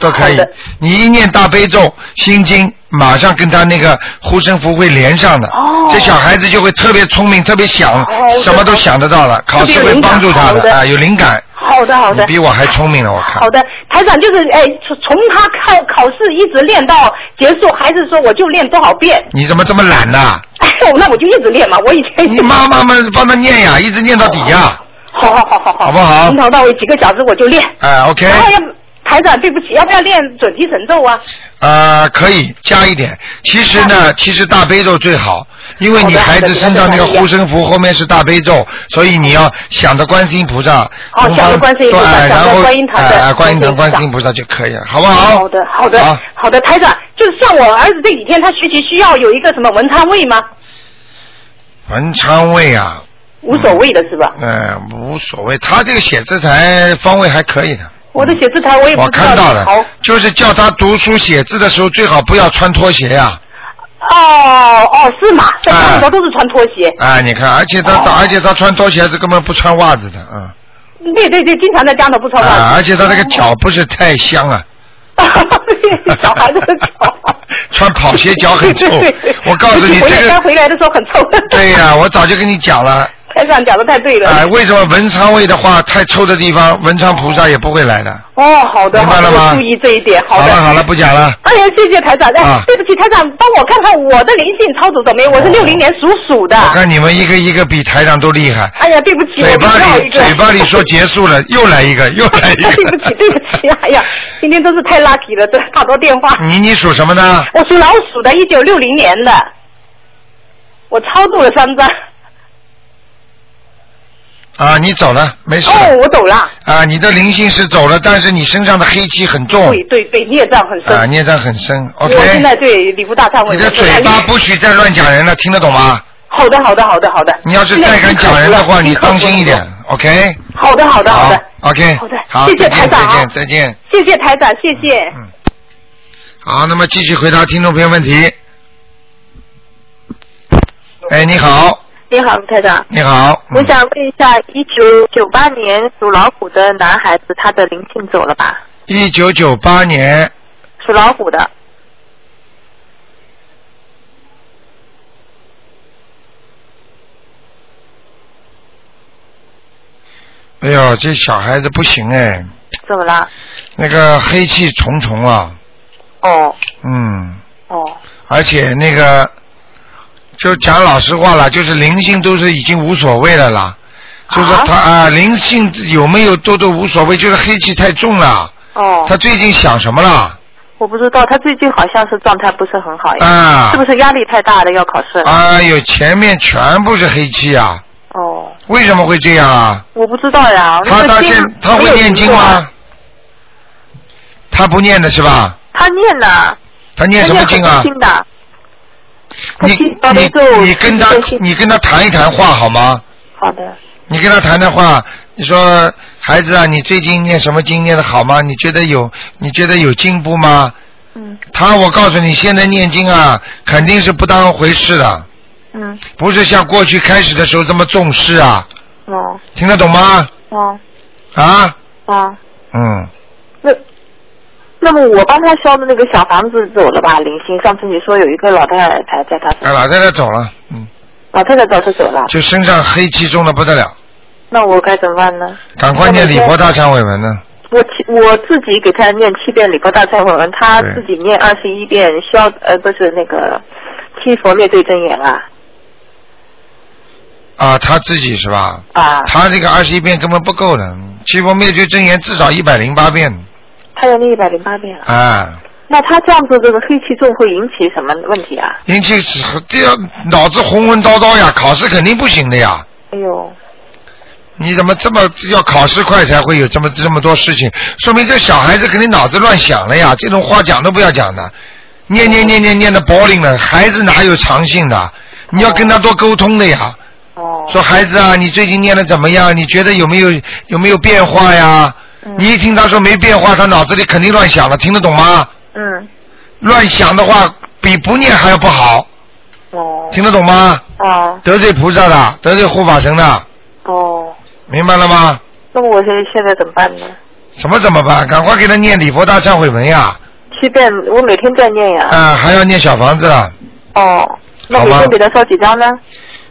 都可以
好的。
你一念大悲咒、心经，马上跟他那个护身符会连上的。
哦
这小孩子就会特别聪明，特别想，
哦
什么都想得到了，考
特别
试
有
会
灵感
帮助他
好的
啊，有灵感。
好的，好的
你。比我还聪明了，我看
好。的，台长就是哎，从从他考考试一直练到结束，还是说我就练多少遍？
你怎么这么懒呢、
哎，那我就一直练嘛。我以前哦
你妈妈们帮他念呀，一直念到底呀。
好好好好好，
好不好
从头到尾几个小时我就练。
哎，OK，
然后要台长，对不起，要不要练准提神咒啊？
呃，可以加一点。其实呢，其实大悲咒最好，因为你
好的
孩子身上那个
好的
护身符后面是大悲咒，所以你要想着观世音菩萨，
哦
东方
想着观世音菩萨
对哎
想着
然后
观音堂的
哎哎观音堂、
观
观
世音菩萨
世音菩萨就可以了，好不好？
好的，好的，
好
好的，台长，就是像我儿子这几天他学习需要有一个什么文昌位吗？
文昌位啊，
无所谓的是吧？
嗯、无所谓，他这个写字台方位还可以的。
我的写字台我也不
我
知道。
哦看到了
好，
就是叫他读书写字的时候最好不要穿拖鞋啊呀、
哦哦，是吗？在
哎
家里头都是穿拖鞋。
哎，你看，而且
哦
他、而且他穿拖鞋是根本不穿袜子的，嗯，
对对对，经常在家头不穿袜子。
啊，而且他那个脚不是太香啊，。
小孩子的哦脚
[laughs] 穿啊跑鞋脚很臭
对对对
我告诉你
回
这
来
个
刚回来的时候很臭。
对呀、我早就跟你讲了，
[laughs] 台长讲的太对了。
哎，为什么文昌位的话太臭的地方，文昌菩萨也不会来的？
哦，好的，
明白
好
了
的，
吗
我注意这一点。
好
的。
了好了，不讲了。
哎呀，谢谢台长。哎，
啊
对不起，台长，帮我看看我的灵性超度怎么样？我是
哦
六零年属鼠的。
我看你们一个一个比台长都厉害，
哎呀，对不起，
嘴
我不
巴
知道
里
一个。
嘴巴里说结束了，又来一个，
[laughs]
又来一个。
对不起，对不起，哎呀，今天真是太 lucky 了，这打多电话。
你你属什么呢？
我属老鼠的，一九六零年的，我超度了三张。
啊，你走了，没事了。
哦，我走了。
啊，你的灵性是走了，但是你身上的黑气很重
对，对对，孽障很深。
啊，孽障很深。
我现
OK，
在对礼服大忏悔。
你的
我现在
嘴巴
立
不许再乱讲人了，听得懂吗？
好的，好的，好的，好的。
你要是再敢讲人的话，你当心一点。OK，
好的，好的，好的，
，OK，
好的
好，
谢谢
再
台
见，
长
再
啊
见，再见。
谢谢台长，谢谢。
嗯好，那么继续回答听众朋友问题。哎，你好，
你好，台长，
你好，嗯
我想问一下，一九九八年属老虎的男孩子，他的灵性走了吧？
一九九八年，
属老虎的，
哎呦，这小孩子不行哎，
怎么了？
那个黑气重重啊，
哦
嗯。
哦
而且那个，就讲老实话了，就是灵性都是已经无所谓了啦，就是他啊、灵性有没有都都无所谓，就是黑气太重了。
哦
他，最近想什么了？
我不知道，他最近好像是状态不是很好呀，
啊
是不是压力太大了？要考试了？
哎呦，前面全部是黑气啊！
哦，
为什么会这样啊？
我不知道呀。
他
那
他
个经
现他
没
会
有
念经
读过
吗
啊？？
他不念的是吧？
他念呢，
他念什么经
他念
啊
很多？经的，他
你
听到的
你
时候
你跟他
自己就信
你跟他谈一谈话好吗？
好的。
你跟他谈的话，你说孩子啊，你最近念什么经念的好吗？你觉得有你觉得有进步吗？
嗯
他我告诉你，现在念经啊，肯定是不当回事的，
嗯
不是像过去开始的时候这么重视啊，
哦
听得懂吗？
哦
啊，
哦，
嗯，
那那么我帮他烧的那个小房子走了吧？林星，上次你说有一个老太太在他身
哎，老太太走了，嗯，
老太太早就走了，
就身上黑气重的不得了，
那我该怎么办呢？
赶快念礼佛大忏悔文呢。
我七我自己给他念七遍礼佛大忏悔文，他
对
自己念二十一遍消呃不是那个七佛灭罪真言啊
啊，他自己是吧？
啊，
他这个二十一遍根本不够的，七佛灭罪真言至少一百零八遍，
他要念一百零八遍了。
啊。
那他这样做，这个黑气重会引起什么问题啊？
引起这要脑子浑浑叨叨呀，考试肯定不行的呀。
哎呦，
你怎么这么要考试快才会有这么这么多事情？说明这小孩子肯定脑子乱想了呀！这种话讲都不要讲的。念念念念念的 boring 了，孩子哪有长性的？你要跟他多沟通的呀。说孩子啊，你最近念的怎么样？你觉得有没有有没有变化呀？你一听他说没变化，他脑子里肯定乱想了，听得懂吗？
嗯，
乱想的话比不念还要不好。哦。听得懂吗？
啊，
得罪菩萨的，得罪护法神的，
哦，
明白了吗？
那么我现现在怎么办呢？
什么怎么办？赶快给他念礼佛大忏悔文呀！
七遍，我每天在念呀。
啊、还要念小房子啊，
哦，那
好
每
吧
天给他烧几张呢？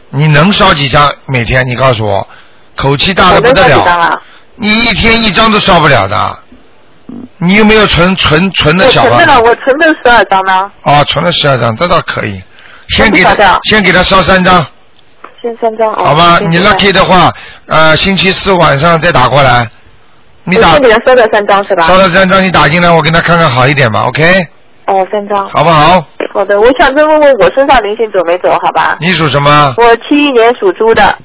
你能烧几张每天？你告诉我，口气大
我
的不
能烧
得
几张
了，
啊？
你一天一张都烧不了的。你有没有存存存
我
的小
存
房
着
子？
呢，我存着十二张呢，
哦，存了十二张，这倒可以。先给
那多少
他
张
先给他烧三张，
先三张哦。
好吧？
行
你
明白
lucky 的话，呃，星期四晚上再打过来。你
我
打
先给他烧掉三张是吧？
烧了三张，你打进来，我给他看看好一点吧，OK？
哦，三张。
好不好？
好的，我想再问问我身上灵性走没走，好吧？
你属什么？
我七一年属猪的，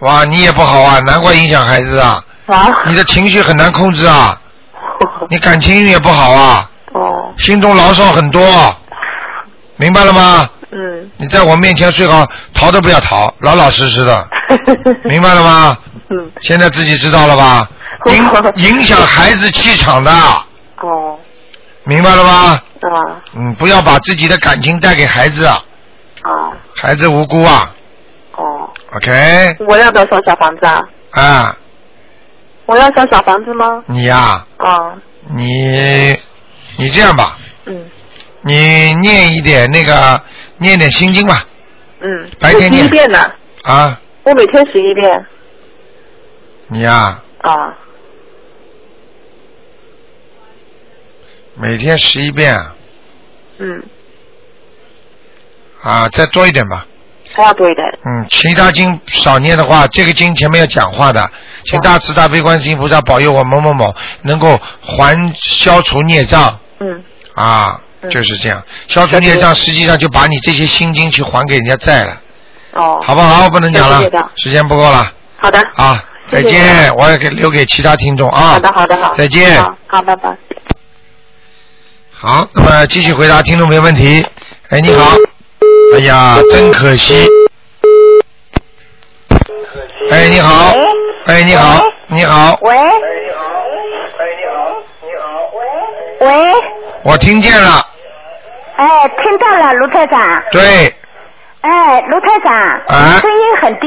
哇，你也不好啊，难怪影响孩子啊。
[laughs] 啊，
你的情绪很难控制啊，你感情也不好啊，
哦，
心中牢骚很多，明白了吗？
嗯，
你在我面前最好逃都不要逃，老老实
[laughs]
实的，明白了吗？
嗯，
现在自己知道了吧？
[laughs]
影影响孩子气场
[laughs]
的，
哦，
明白了吗？
啊，
嗯，不要把自己的感情带给孩子，啊，
啊，
孩子无辜啊。
哦，
OK，
我要不要烧小房子啊？
啊，
我要烧小房子吗？
你呀、
啊，
你你这样吧，
嗯，
你念一点那个，念一点心经吧，
嗯，
白天
十
念
一遍呢，
啊，
我每天十一遍
你呀、
啊，
每天十一遍啊
嗯，
啊，再多一点吧。
还要多一点，
嗯，其他经少念的话，这个经前面要讲话的，请大慈大悲观世音菩萨保佑我某某某能够还消除孽障
嗯，
啊，就是这样，消除孽障实际上就把你这些心经去还给人家债了，
哦，
好不好？不能讲
谢谢的
了，啊时间不够了
好的，
啊，
谢
再
谢
见，我要给留给其他听众啊。
好的，好的，好，
再见。
好，好，拜拜。
好，那么继续回答听众朋友问题。哎，你好。哎呀，真可惜。哎，你好。哎，你好，你好，
喂。喂。
我听见了。
哎，听到了，卢台长。
对，
哎，卢台长。
啊
声音很低。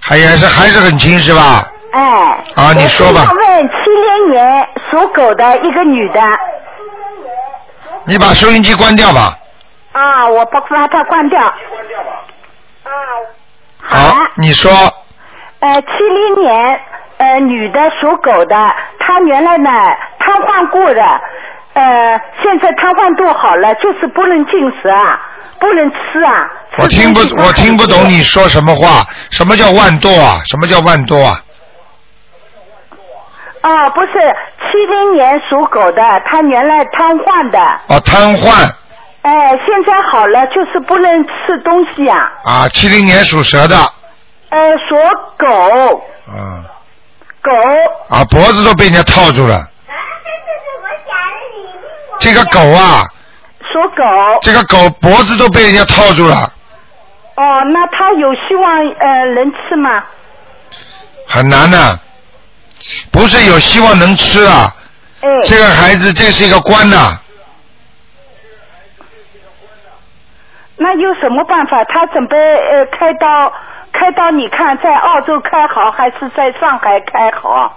还也是还是很轻是吧？
哎。
啊你说吧
我想问七零年属狗的一个女的
你把收音机关掉吧。
啊，我把把它关掉。
好，你说
呃，七零年呃女的属狗的，她原来呢瘫痪过的，呃，现在瘫痪度好了，就是不能进食啊，不能吃啊。
我听不我听不懂你说什么话？什么叫万舵啊？什么叫万舵啊？
哦，不是，七零年属狗的，她原来瘫痪的，
哦，瘫痪
哎，现在好了，就是不能吃东西啊。
啊！七零年属蛇的，
呃，属狗，
嗯
狗，
啊，脖子都被人家套住
啊
了。这个狗啊，
属狗。
这个狗脖子都被人家套住了，
哦，那她有希望呃能吃吗？
很难的、不是有希望能吃啊。
哎。
这个孩子，这是一个官呐、
那有什么办法？他准备呃开刀，开刀你看在澳洲开好还是在上海开好？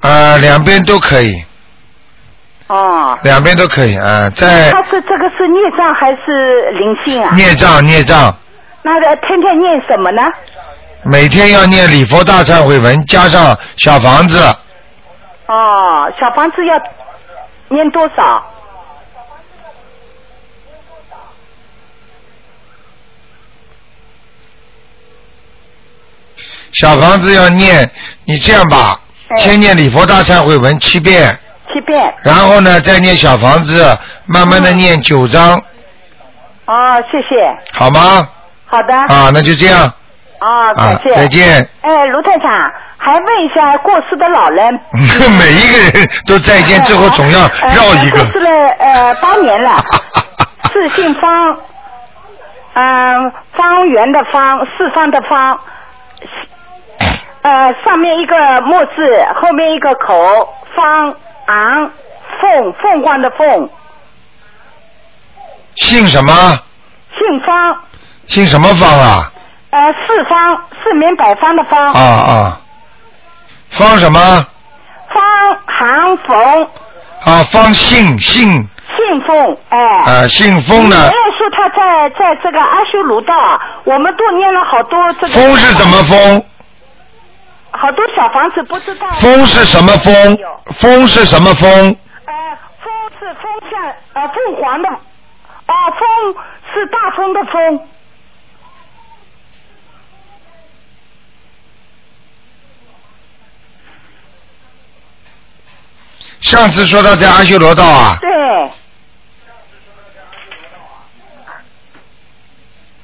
呃，两边都可以，
哦，
两边都可以啊、呃在
他是这个是孽障还是灵性啊？
孽障孽障，
那个天天念什么呢？
每天要念礼佛大忏悔文，加上小房子，
哦，小房子要念多少？
小房子要念。你这样吧，先念礼佛大忏悔文七遍，
嗯七遍。嗯
然后呢再念小房子，慢慢的念九章，
哦，谢谢。
好吗？啊
好的。
啊，那就这样。
啊，感谢。
啊再见。
哎，卢探长，还问一下过世的老人。
[laughs] 每一个人都再见之后总
[laughs]
要绕一
呃
个
过。世了呃八
[laughs]
年了，是姓方，嗯、方圆的方，四方的方，呃，上面一个木字，后面一个口，方昂凤凤凰的凤，
姓什么？
姓方，
姓什么方啊？
呃，四方四面百方的方，
啊啊，方什么？
方行冯，
啊，方姓姓
信奉，哎。
啊，姓风
你
呢
没？有说他在在这个阿修罗道，我们都念了好多这个。
风是怎么？风？
好多小房子不知道。
风是什么风？风是什么风？
是风向呃凤凰的，哦风是大风的风，
上次说他在阿修罗道啊，
对，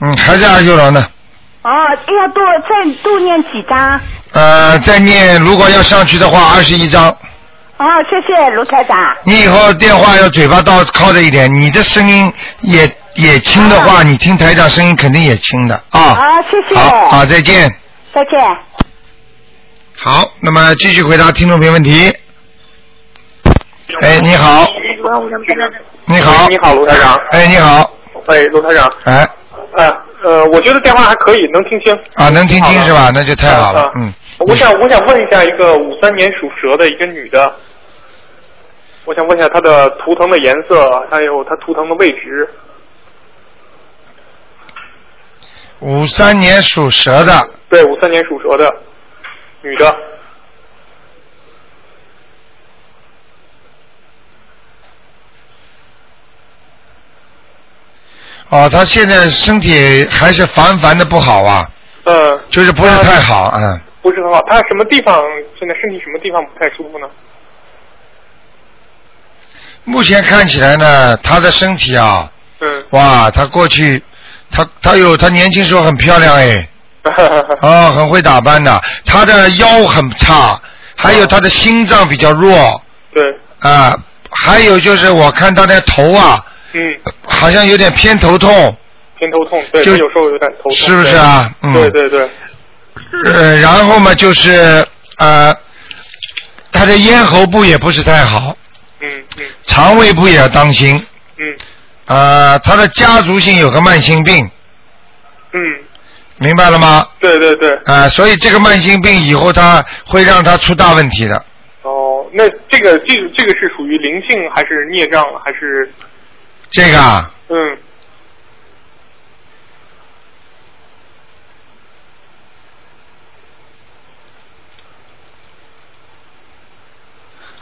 嗯，还在阿修罗呢。
哦要多再多念几张。
呃，再念，如果要上去的话，二十一章。
哦，谢谢卢台长。
你以后电话要嘴巴到靠着一点，你的声音也也轻的话，你听台长声音肯定也轻的啊。
啊，谢谢。
好，好，再见。
再见。
哎
好，那么继续回答听众朋友问题。哎，你好，你好，
你好，卢台长。
哎，你好，
哎，卢台长，
哎，
呃呃，我觉得电话还可以，能听清。呃
啊，能听清是吧？那就太好了，嗯，
我想我想问一下一个五三年属蛇的一个女的，我想问一下她的图腾的颜色，还有她图腾的位置。
五三年属蛇的，
对，五三年属蛇的女的，
哦，他现在身体还是凡凡的不好啊，
呃，
就是不是太好，嗯，
不是很好。她什么地方现在身体什么地方不太舒服呢？
目前看起来呢，他的身体啊，
嗯，
哇，他过去，他他有他年轻时候很漂亮
[laughs]
哎，哦，很会打扮的，他的腰很差，还
嗯
有他的心脏比较弱
对，
啊，还有就是我看他的头啊，
嗯，
好像有点偏头痛，
偏头痛，对，
就
她有时候有点头痛，
是不是啊
对
嗯
对对对，
呃，然后嘛就是呃，他的咽喉部也不是太好，
嗯嗯
肠胃部也要当心，
嗯
啊，他的家族性有个慢性病，
嗯，
明白了吗？
对对对。
啊、所以这个慢性病以后他会让他出大问题的。
哦，那这个这个这个是属于灵性还是孽障还是
这个啊，
嗯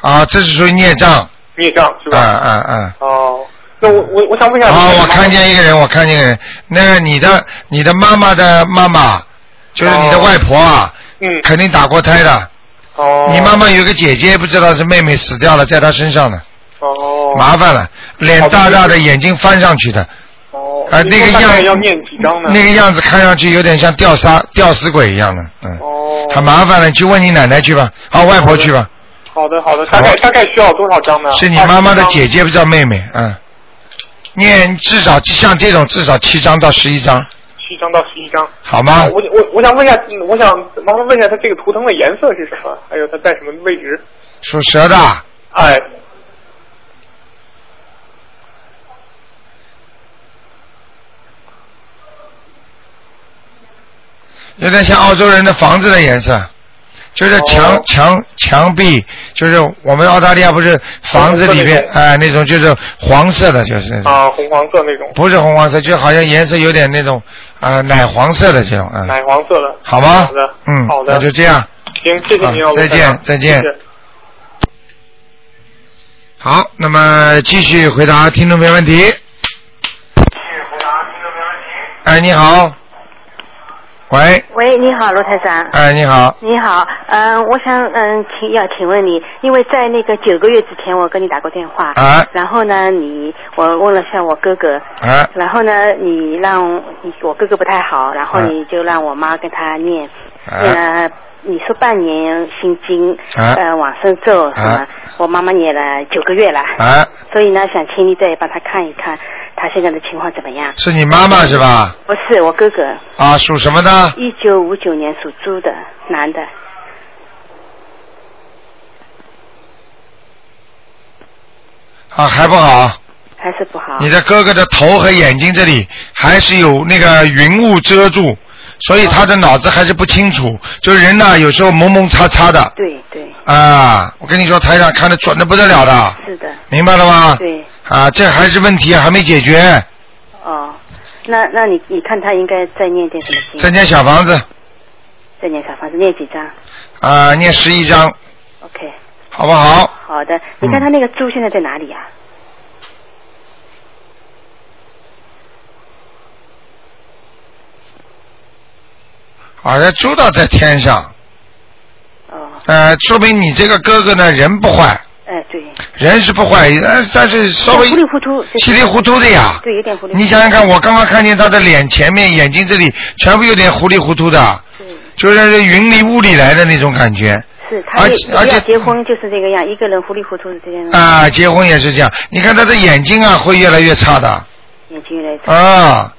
啊，这是属于孽障。
孽障是
啊
吧？
啊啊！
哦，那我我我想问一下，
啊，我看见一个人，我看见一个人，那个你的你的妈妈的妈妈，就是你的外婆啊，
哦嗯，
肯定打过胎的。
哦。
你妈妈有个姐姐，不知道是妹妹死掉了，在她身上呢。
哦。
麻烦了，脸大大的，眼睛翻上去的。
哦。
啊，那个
你说大概
样
要念几张呢？
那个样子看上去有点像吊杀吊死鬼一样的，嗯。
哦。
很麻烦了，你去问你奶奶去吧，好，外婆去吧，
好的好的，大概大概需要多少张呢？
是你妈妈的姐
姐。
姐，不叫妹妹，嗯。念至少像这种至少七张到十一张，
七张到十一张。
好吗？
啊我我我想问一下，嗯我想麻烦问一下，它这个图腾的颜色是什么？还有它在什么位置？
属蛇的，
哎，
有点像澳洲人的房子的颜色，就是
哦
墙、墙墙壁，就是我们澳大利亚不是房子里边
红色那
哎、那种就是黄色的，就是那种
啊，红黄色那种，
不是红黄色，就好像颜色有点那种啊奶黄色的这种啊，
奶黄色的。
好吗？
好的，
嗯，
好的
那就这样。
行，谢谢您啊，
好
卢
再
台长
见再见
谢谢
好，那么继续回答听众朋友问题。哎，你好，喂，
喂，你好，罗台长。
哎，你好，
你好，嗯、我想嗯，请要请问你，因为在那个九个月之前，我跟你打过电话，
啊
然后呢，你我问了下我哥哥，
啊
然后呢，你让你我哥哥不太好，然后
啊
你就让我妈跟他念，
啊
呃，你说半年心经，
啊
呃，往生咒什么，
啊
我妈妈念了九个月了，
啊，
所以呢，想请你再帮他看一看，他现在的情况怎么样？
是你妈妈是吧？
不是我哥哥，
啊，属什么的？
一九五九年属猪的男的，
啊，还不好。
还是不好。
你的哥哥的头和眼睛这里还是有那个云雾遮住，所以他的脑子还是不清楚。就人呐，有时候蒙蒙擦擦的。
对对。
啊，我跟你说，台长看得准的不得了的。
是的。
明白了吗？
对。
啊，这还是问题还没解决。
哦，那那你你看他应该再念点什么经？啊
再念小房子，
再念小房子念几张
啊，念十一章，
？OK，
好不好？
好的。你看他那个猪现在在哪里啊呀、
好像猪道在天上。
哦。
呃，说明你这个哥哥呢，人不坏，
哎，对，
人是不坏，呃但是稍微
糊里糊涂，
稀里糊涂的呀。
对，有点糊里糊涂。
你想想看，我刚刚看见他的脸前面、眼睛这里全部有点糊里糊涂的，就是云里雾里来的那种感觉。
是他
而
也
且
也
而且
要结婚就是这个样，一个人糊里糊涂的这样，
啊，结婚也是这样，你看他的眼睛啊，会越来越差的
眼睛越来越大。
啊，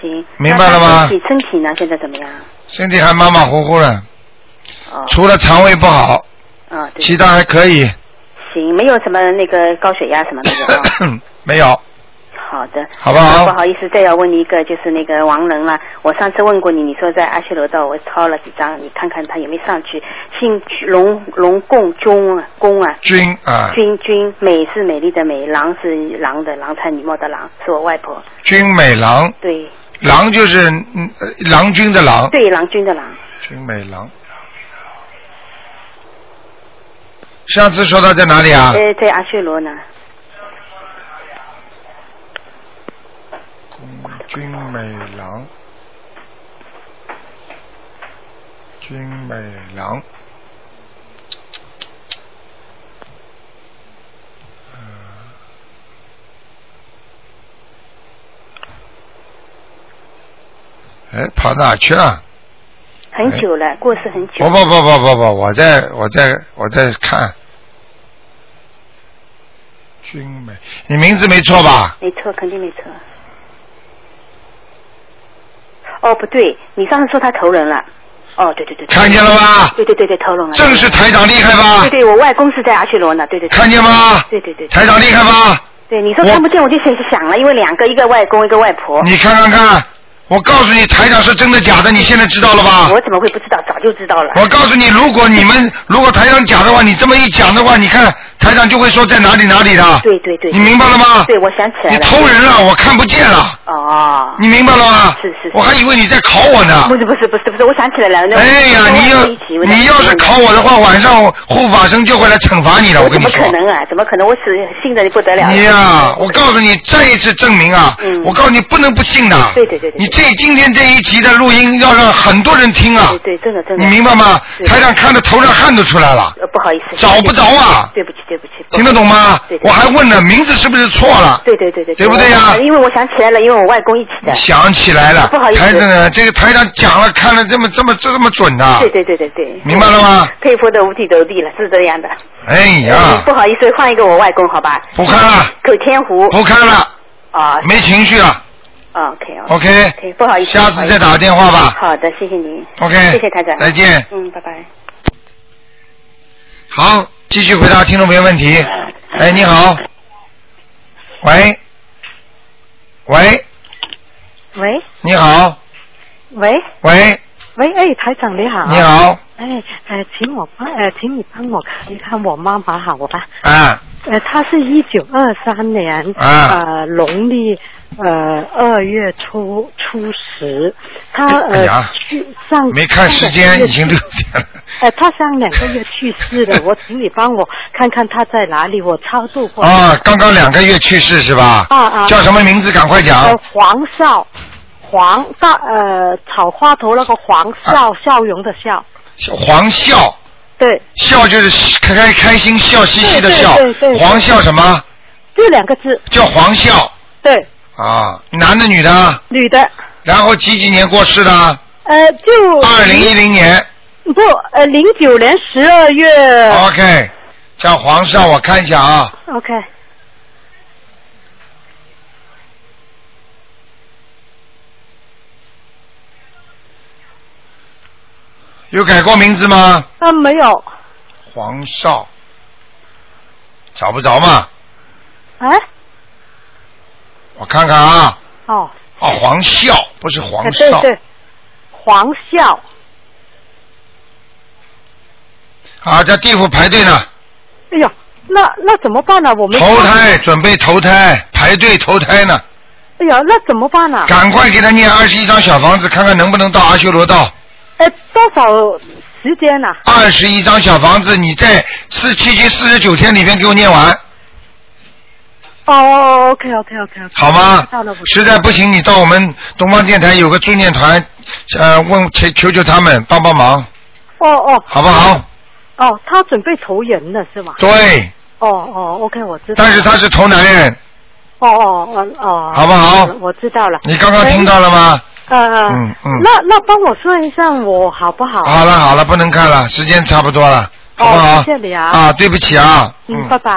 行，
明
那
白了
他
吗
身体身体呢？现在怎么样？
身体还马马虎虎的，
哦，
除了肠胃不好，
啊，对，
其他还可以， [clears throat]
行，没有什么那个高血压什
[laughs]
么的没有啊。
没有。
好的，
好不好
不好意思，再要问你一个，就是那个王人啊，我上次问过你，你说在阿修罗道我抄了几张，你看看他有没有上去。姓龙龙共军啊，公啊，
君啊，
君君，美是美丽的美，郎是狼的郎才女貌的郎，是我外婆。
君美郎，
对
郎就是嗯呃郎君的郎，
对，郎君的郎，
君美郎。上次说他在哪里啊？
呃，在阿修罗呢，
嗯君美郎，君美郎。呃哎，跑哪去了？哦
很久了，过世很久。
不不不不不不，我在我在我在看。君美，你名字没错吧？
没错，肯定没错。哦，不对，你上次说他投人了。哦，对对对，对
看见了吧？
对对对对，投人了。
正是台长厉害吧
对对，我外公是在阿修罗呢，对对对。
看见吗
对对对。对
台长厉害吧？
对，你说看不见我就想想了，因为两个，一个外公，一个外婆。
你看看看，我告诉你，台长是真的假的，你现在知道了吧？
我怎么会不知道？早就知道了。
[laughs] 我告诉你，如果你们如果台长假的话，你这么一讲的话，你看台长就会说在哪里哪里的。
对对对。
你明白了吗？
对，我想起来了。
你偷人了，我看不见了。
哦。
你明白了吗？
是是。是
我还以为你在考我呢
不是不是不是不是，我想起来了。那
哎呀，你要你要是考我的话，晚上我护法神就会来惩罚你了。我
我
跟
怎
你
么
说
可，能啊？怎么可能？我是信的不得了。
你呀、
嗯
我告诉你，再一次证明啊，我告诉你不能不信的。
对对对对。
你这今天这一集的录音要让很多人听啊，
哦对，真的真的。
你明白吗？
对
台上看的头上汗都出来了，
呃，不好意思。
找不着啊
对不起，对不起。
听得懂吗
对？对
我还问了名字是不是错了？
对对对对。
对不对呀
我因为我想起来了，因为我外公一起的。
想起来了，
不好意思
台长呢，这个台长讲了，看了这么这么这么准的、
对对对对对。
明白了吗？
佩服的五体投地了，是这样的。
哎呀，
不好意思，换一个我外公好吧？
不看了，
口天湖。
不看了，
啊。
没情绪了。
啊，OK
OK
OK，不好意思。
下次再打电话吧
好的，谢谢您。
OK，
谢谢台长。
再见
嗯，拜拜。
好，继续回答听众朋友问题。哎，你好，喂，喂，
喂
你好，
喂
喂，
喂，哎，台长你好。
你好。
哎，呃，请我帮，呃，请你帮我看一看我妈妈好吧？
啊，
呃，她是一九二三年，
啊
呃，农历呃二月初初十，她
哎
呃、
呀
去上
没看时间，已经
上两
六
个月
点了。
呃，她上两个月去世
[laughs]
了，我请你帮我看看她在哪里，我超度过。
啊，刚刚两个月去世是吧？
啊啊
叫什么名字？赶快讲
呃。黄少，黄大呃草花头那个黄笑、
啊
笑容的笑，
黄笑，
对，
笑就是开开开心笑嘻嘻的笑
对对对，对
黄笑什么？
这两个字，
叫黄笑
对，
啊，男的女的？
女的，
然后几几年过世的？
呃就
二零一零年。
不呃零九年十二月
OK，叫黄少，我看一下啊，
OK，
有改过名字吗？
啊没有，
黄少，找不着嘛？
哎
我看看啊，
哦，
哦，黄笑不是黄
哎对
少
对，黄笑
啊，在地府排队呢，
哎呦，那那怎么办呢、我们
投胎，准备投胎，排队投胎呢，
哎呀，那怎么办呢、
赶快给他念二十一张小房子，看看能不能到阿修罗道。
哎，多少时间啊呢、
二十一张小房子，你在四七七四十九天里面给我念完，
哦，OK OK OK OK，
好吗
到了我？
实在不行，你到我们东方电台有个助念团，呃，问求求求他们帮帮忙，
哦哦
好不好？
哦，他准备投人了是吗？
对，
哦哦，OK，我知道。
但是他是投男。人，
哦哦哦哦。
好不好
我知道了。
你刚刚听到了吗？
哎？呃，
嗯嗯
那那帮我算一算我好不好？
好了好了，不能看了，时间差不多了，好不
哦，
好？
谢谢你啊。
啊，对不起啊，
嗯，拜拜。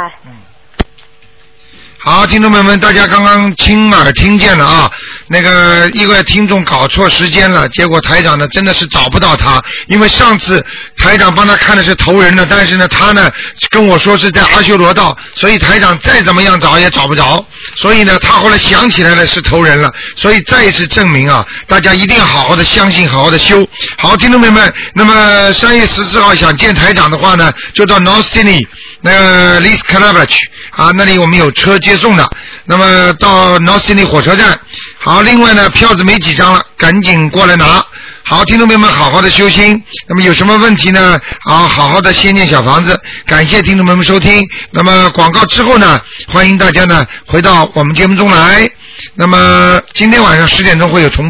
好，听众朋友们，大家刚刚亲耳听见了啊，那个一个听众搞错时间了，结果台长呢真的是找不到他，因为上次台长帮他看的是头人的，但是呢他呢跟我说是在阿修罗道，所以台长再怎么样找也找不着，所以呢他后来想起来了是头人了，所以再一次证明啊，大家一定要好好的相信，好好的修。好，听众朋友们，那么三月十四号想见台长的话呢，就到 North Sydney 那个 Lis c a l a b r a 去啊，那里我们有车接送的。那么到 North Sydney 火车站。好，另外呢，票子没几张了，赶紧过来拿。好，听众朋友们，好好的修心。那么有什么问题呢？啊，好好的先念小房子。感谢听众朋友们收听。那么广告之后呢，欢迎大家呢回到我们节目中来。那么今天晚上十点钟会有重播。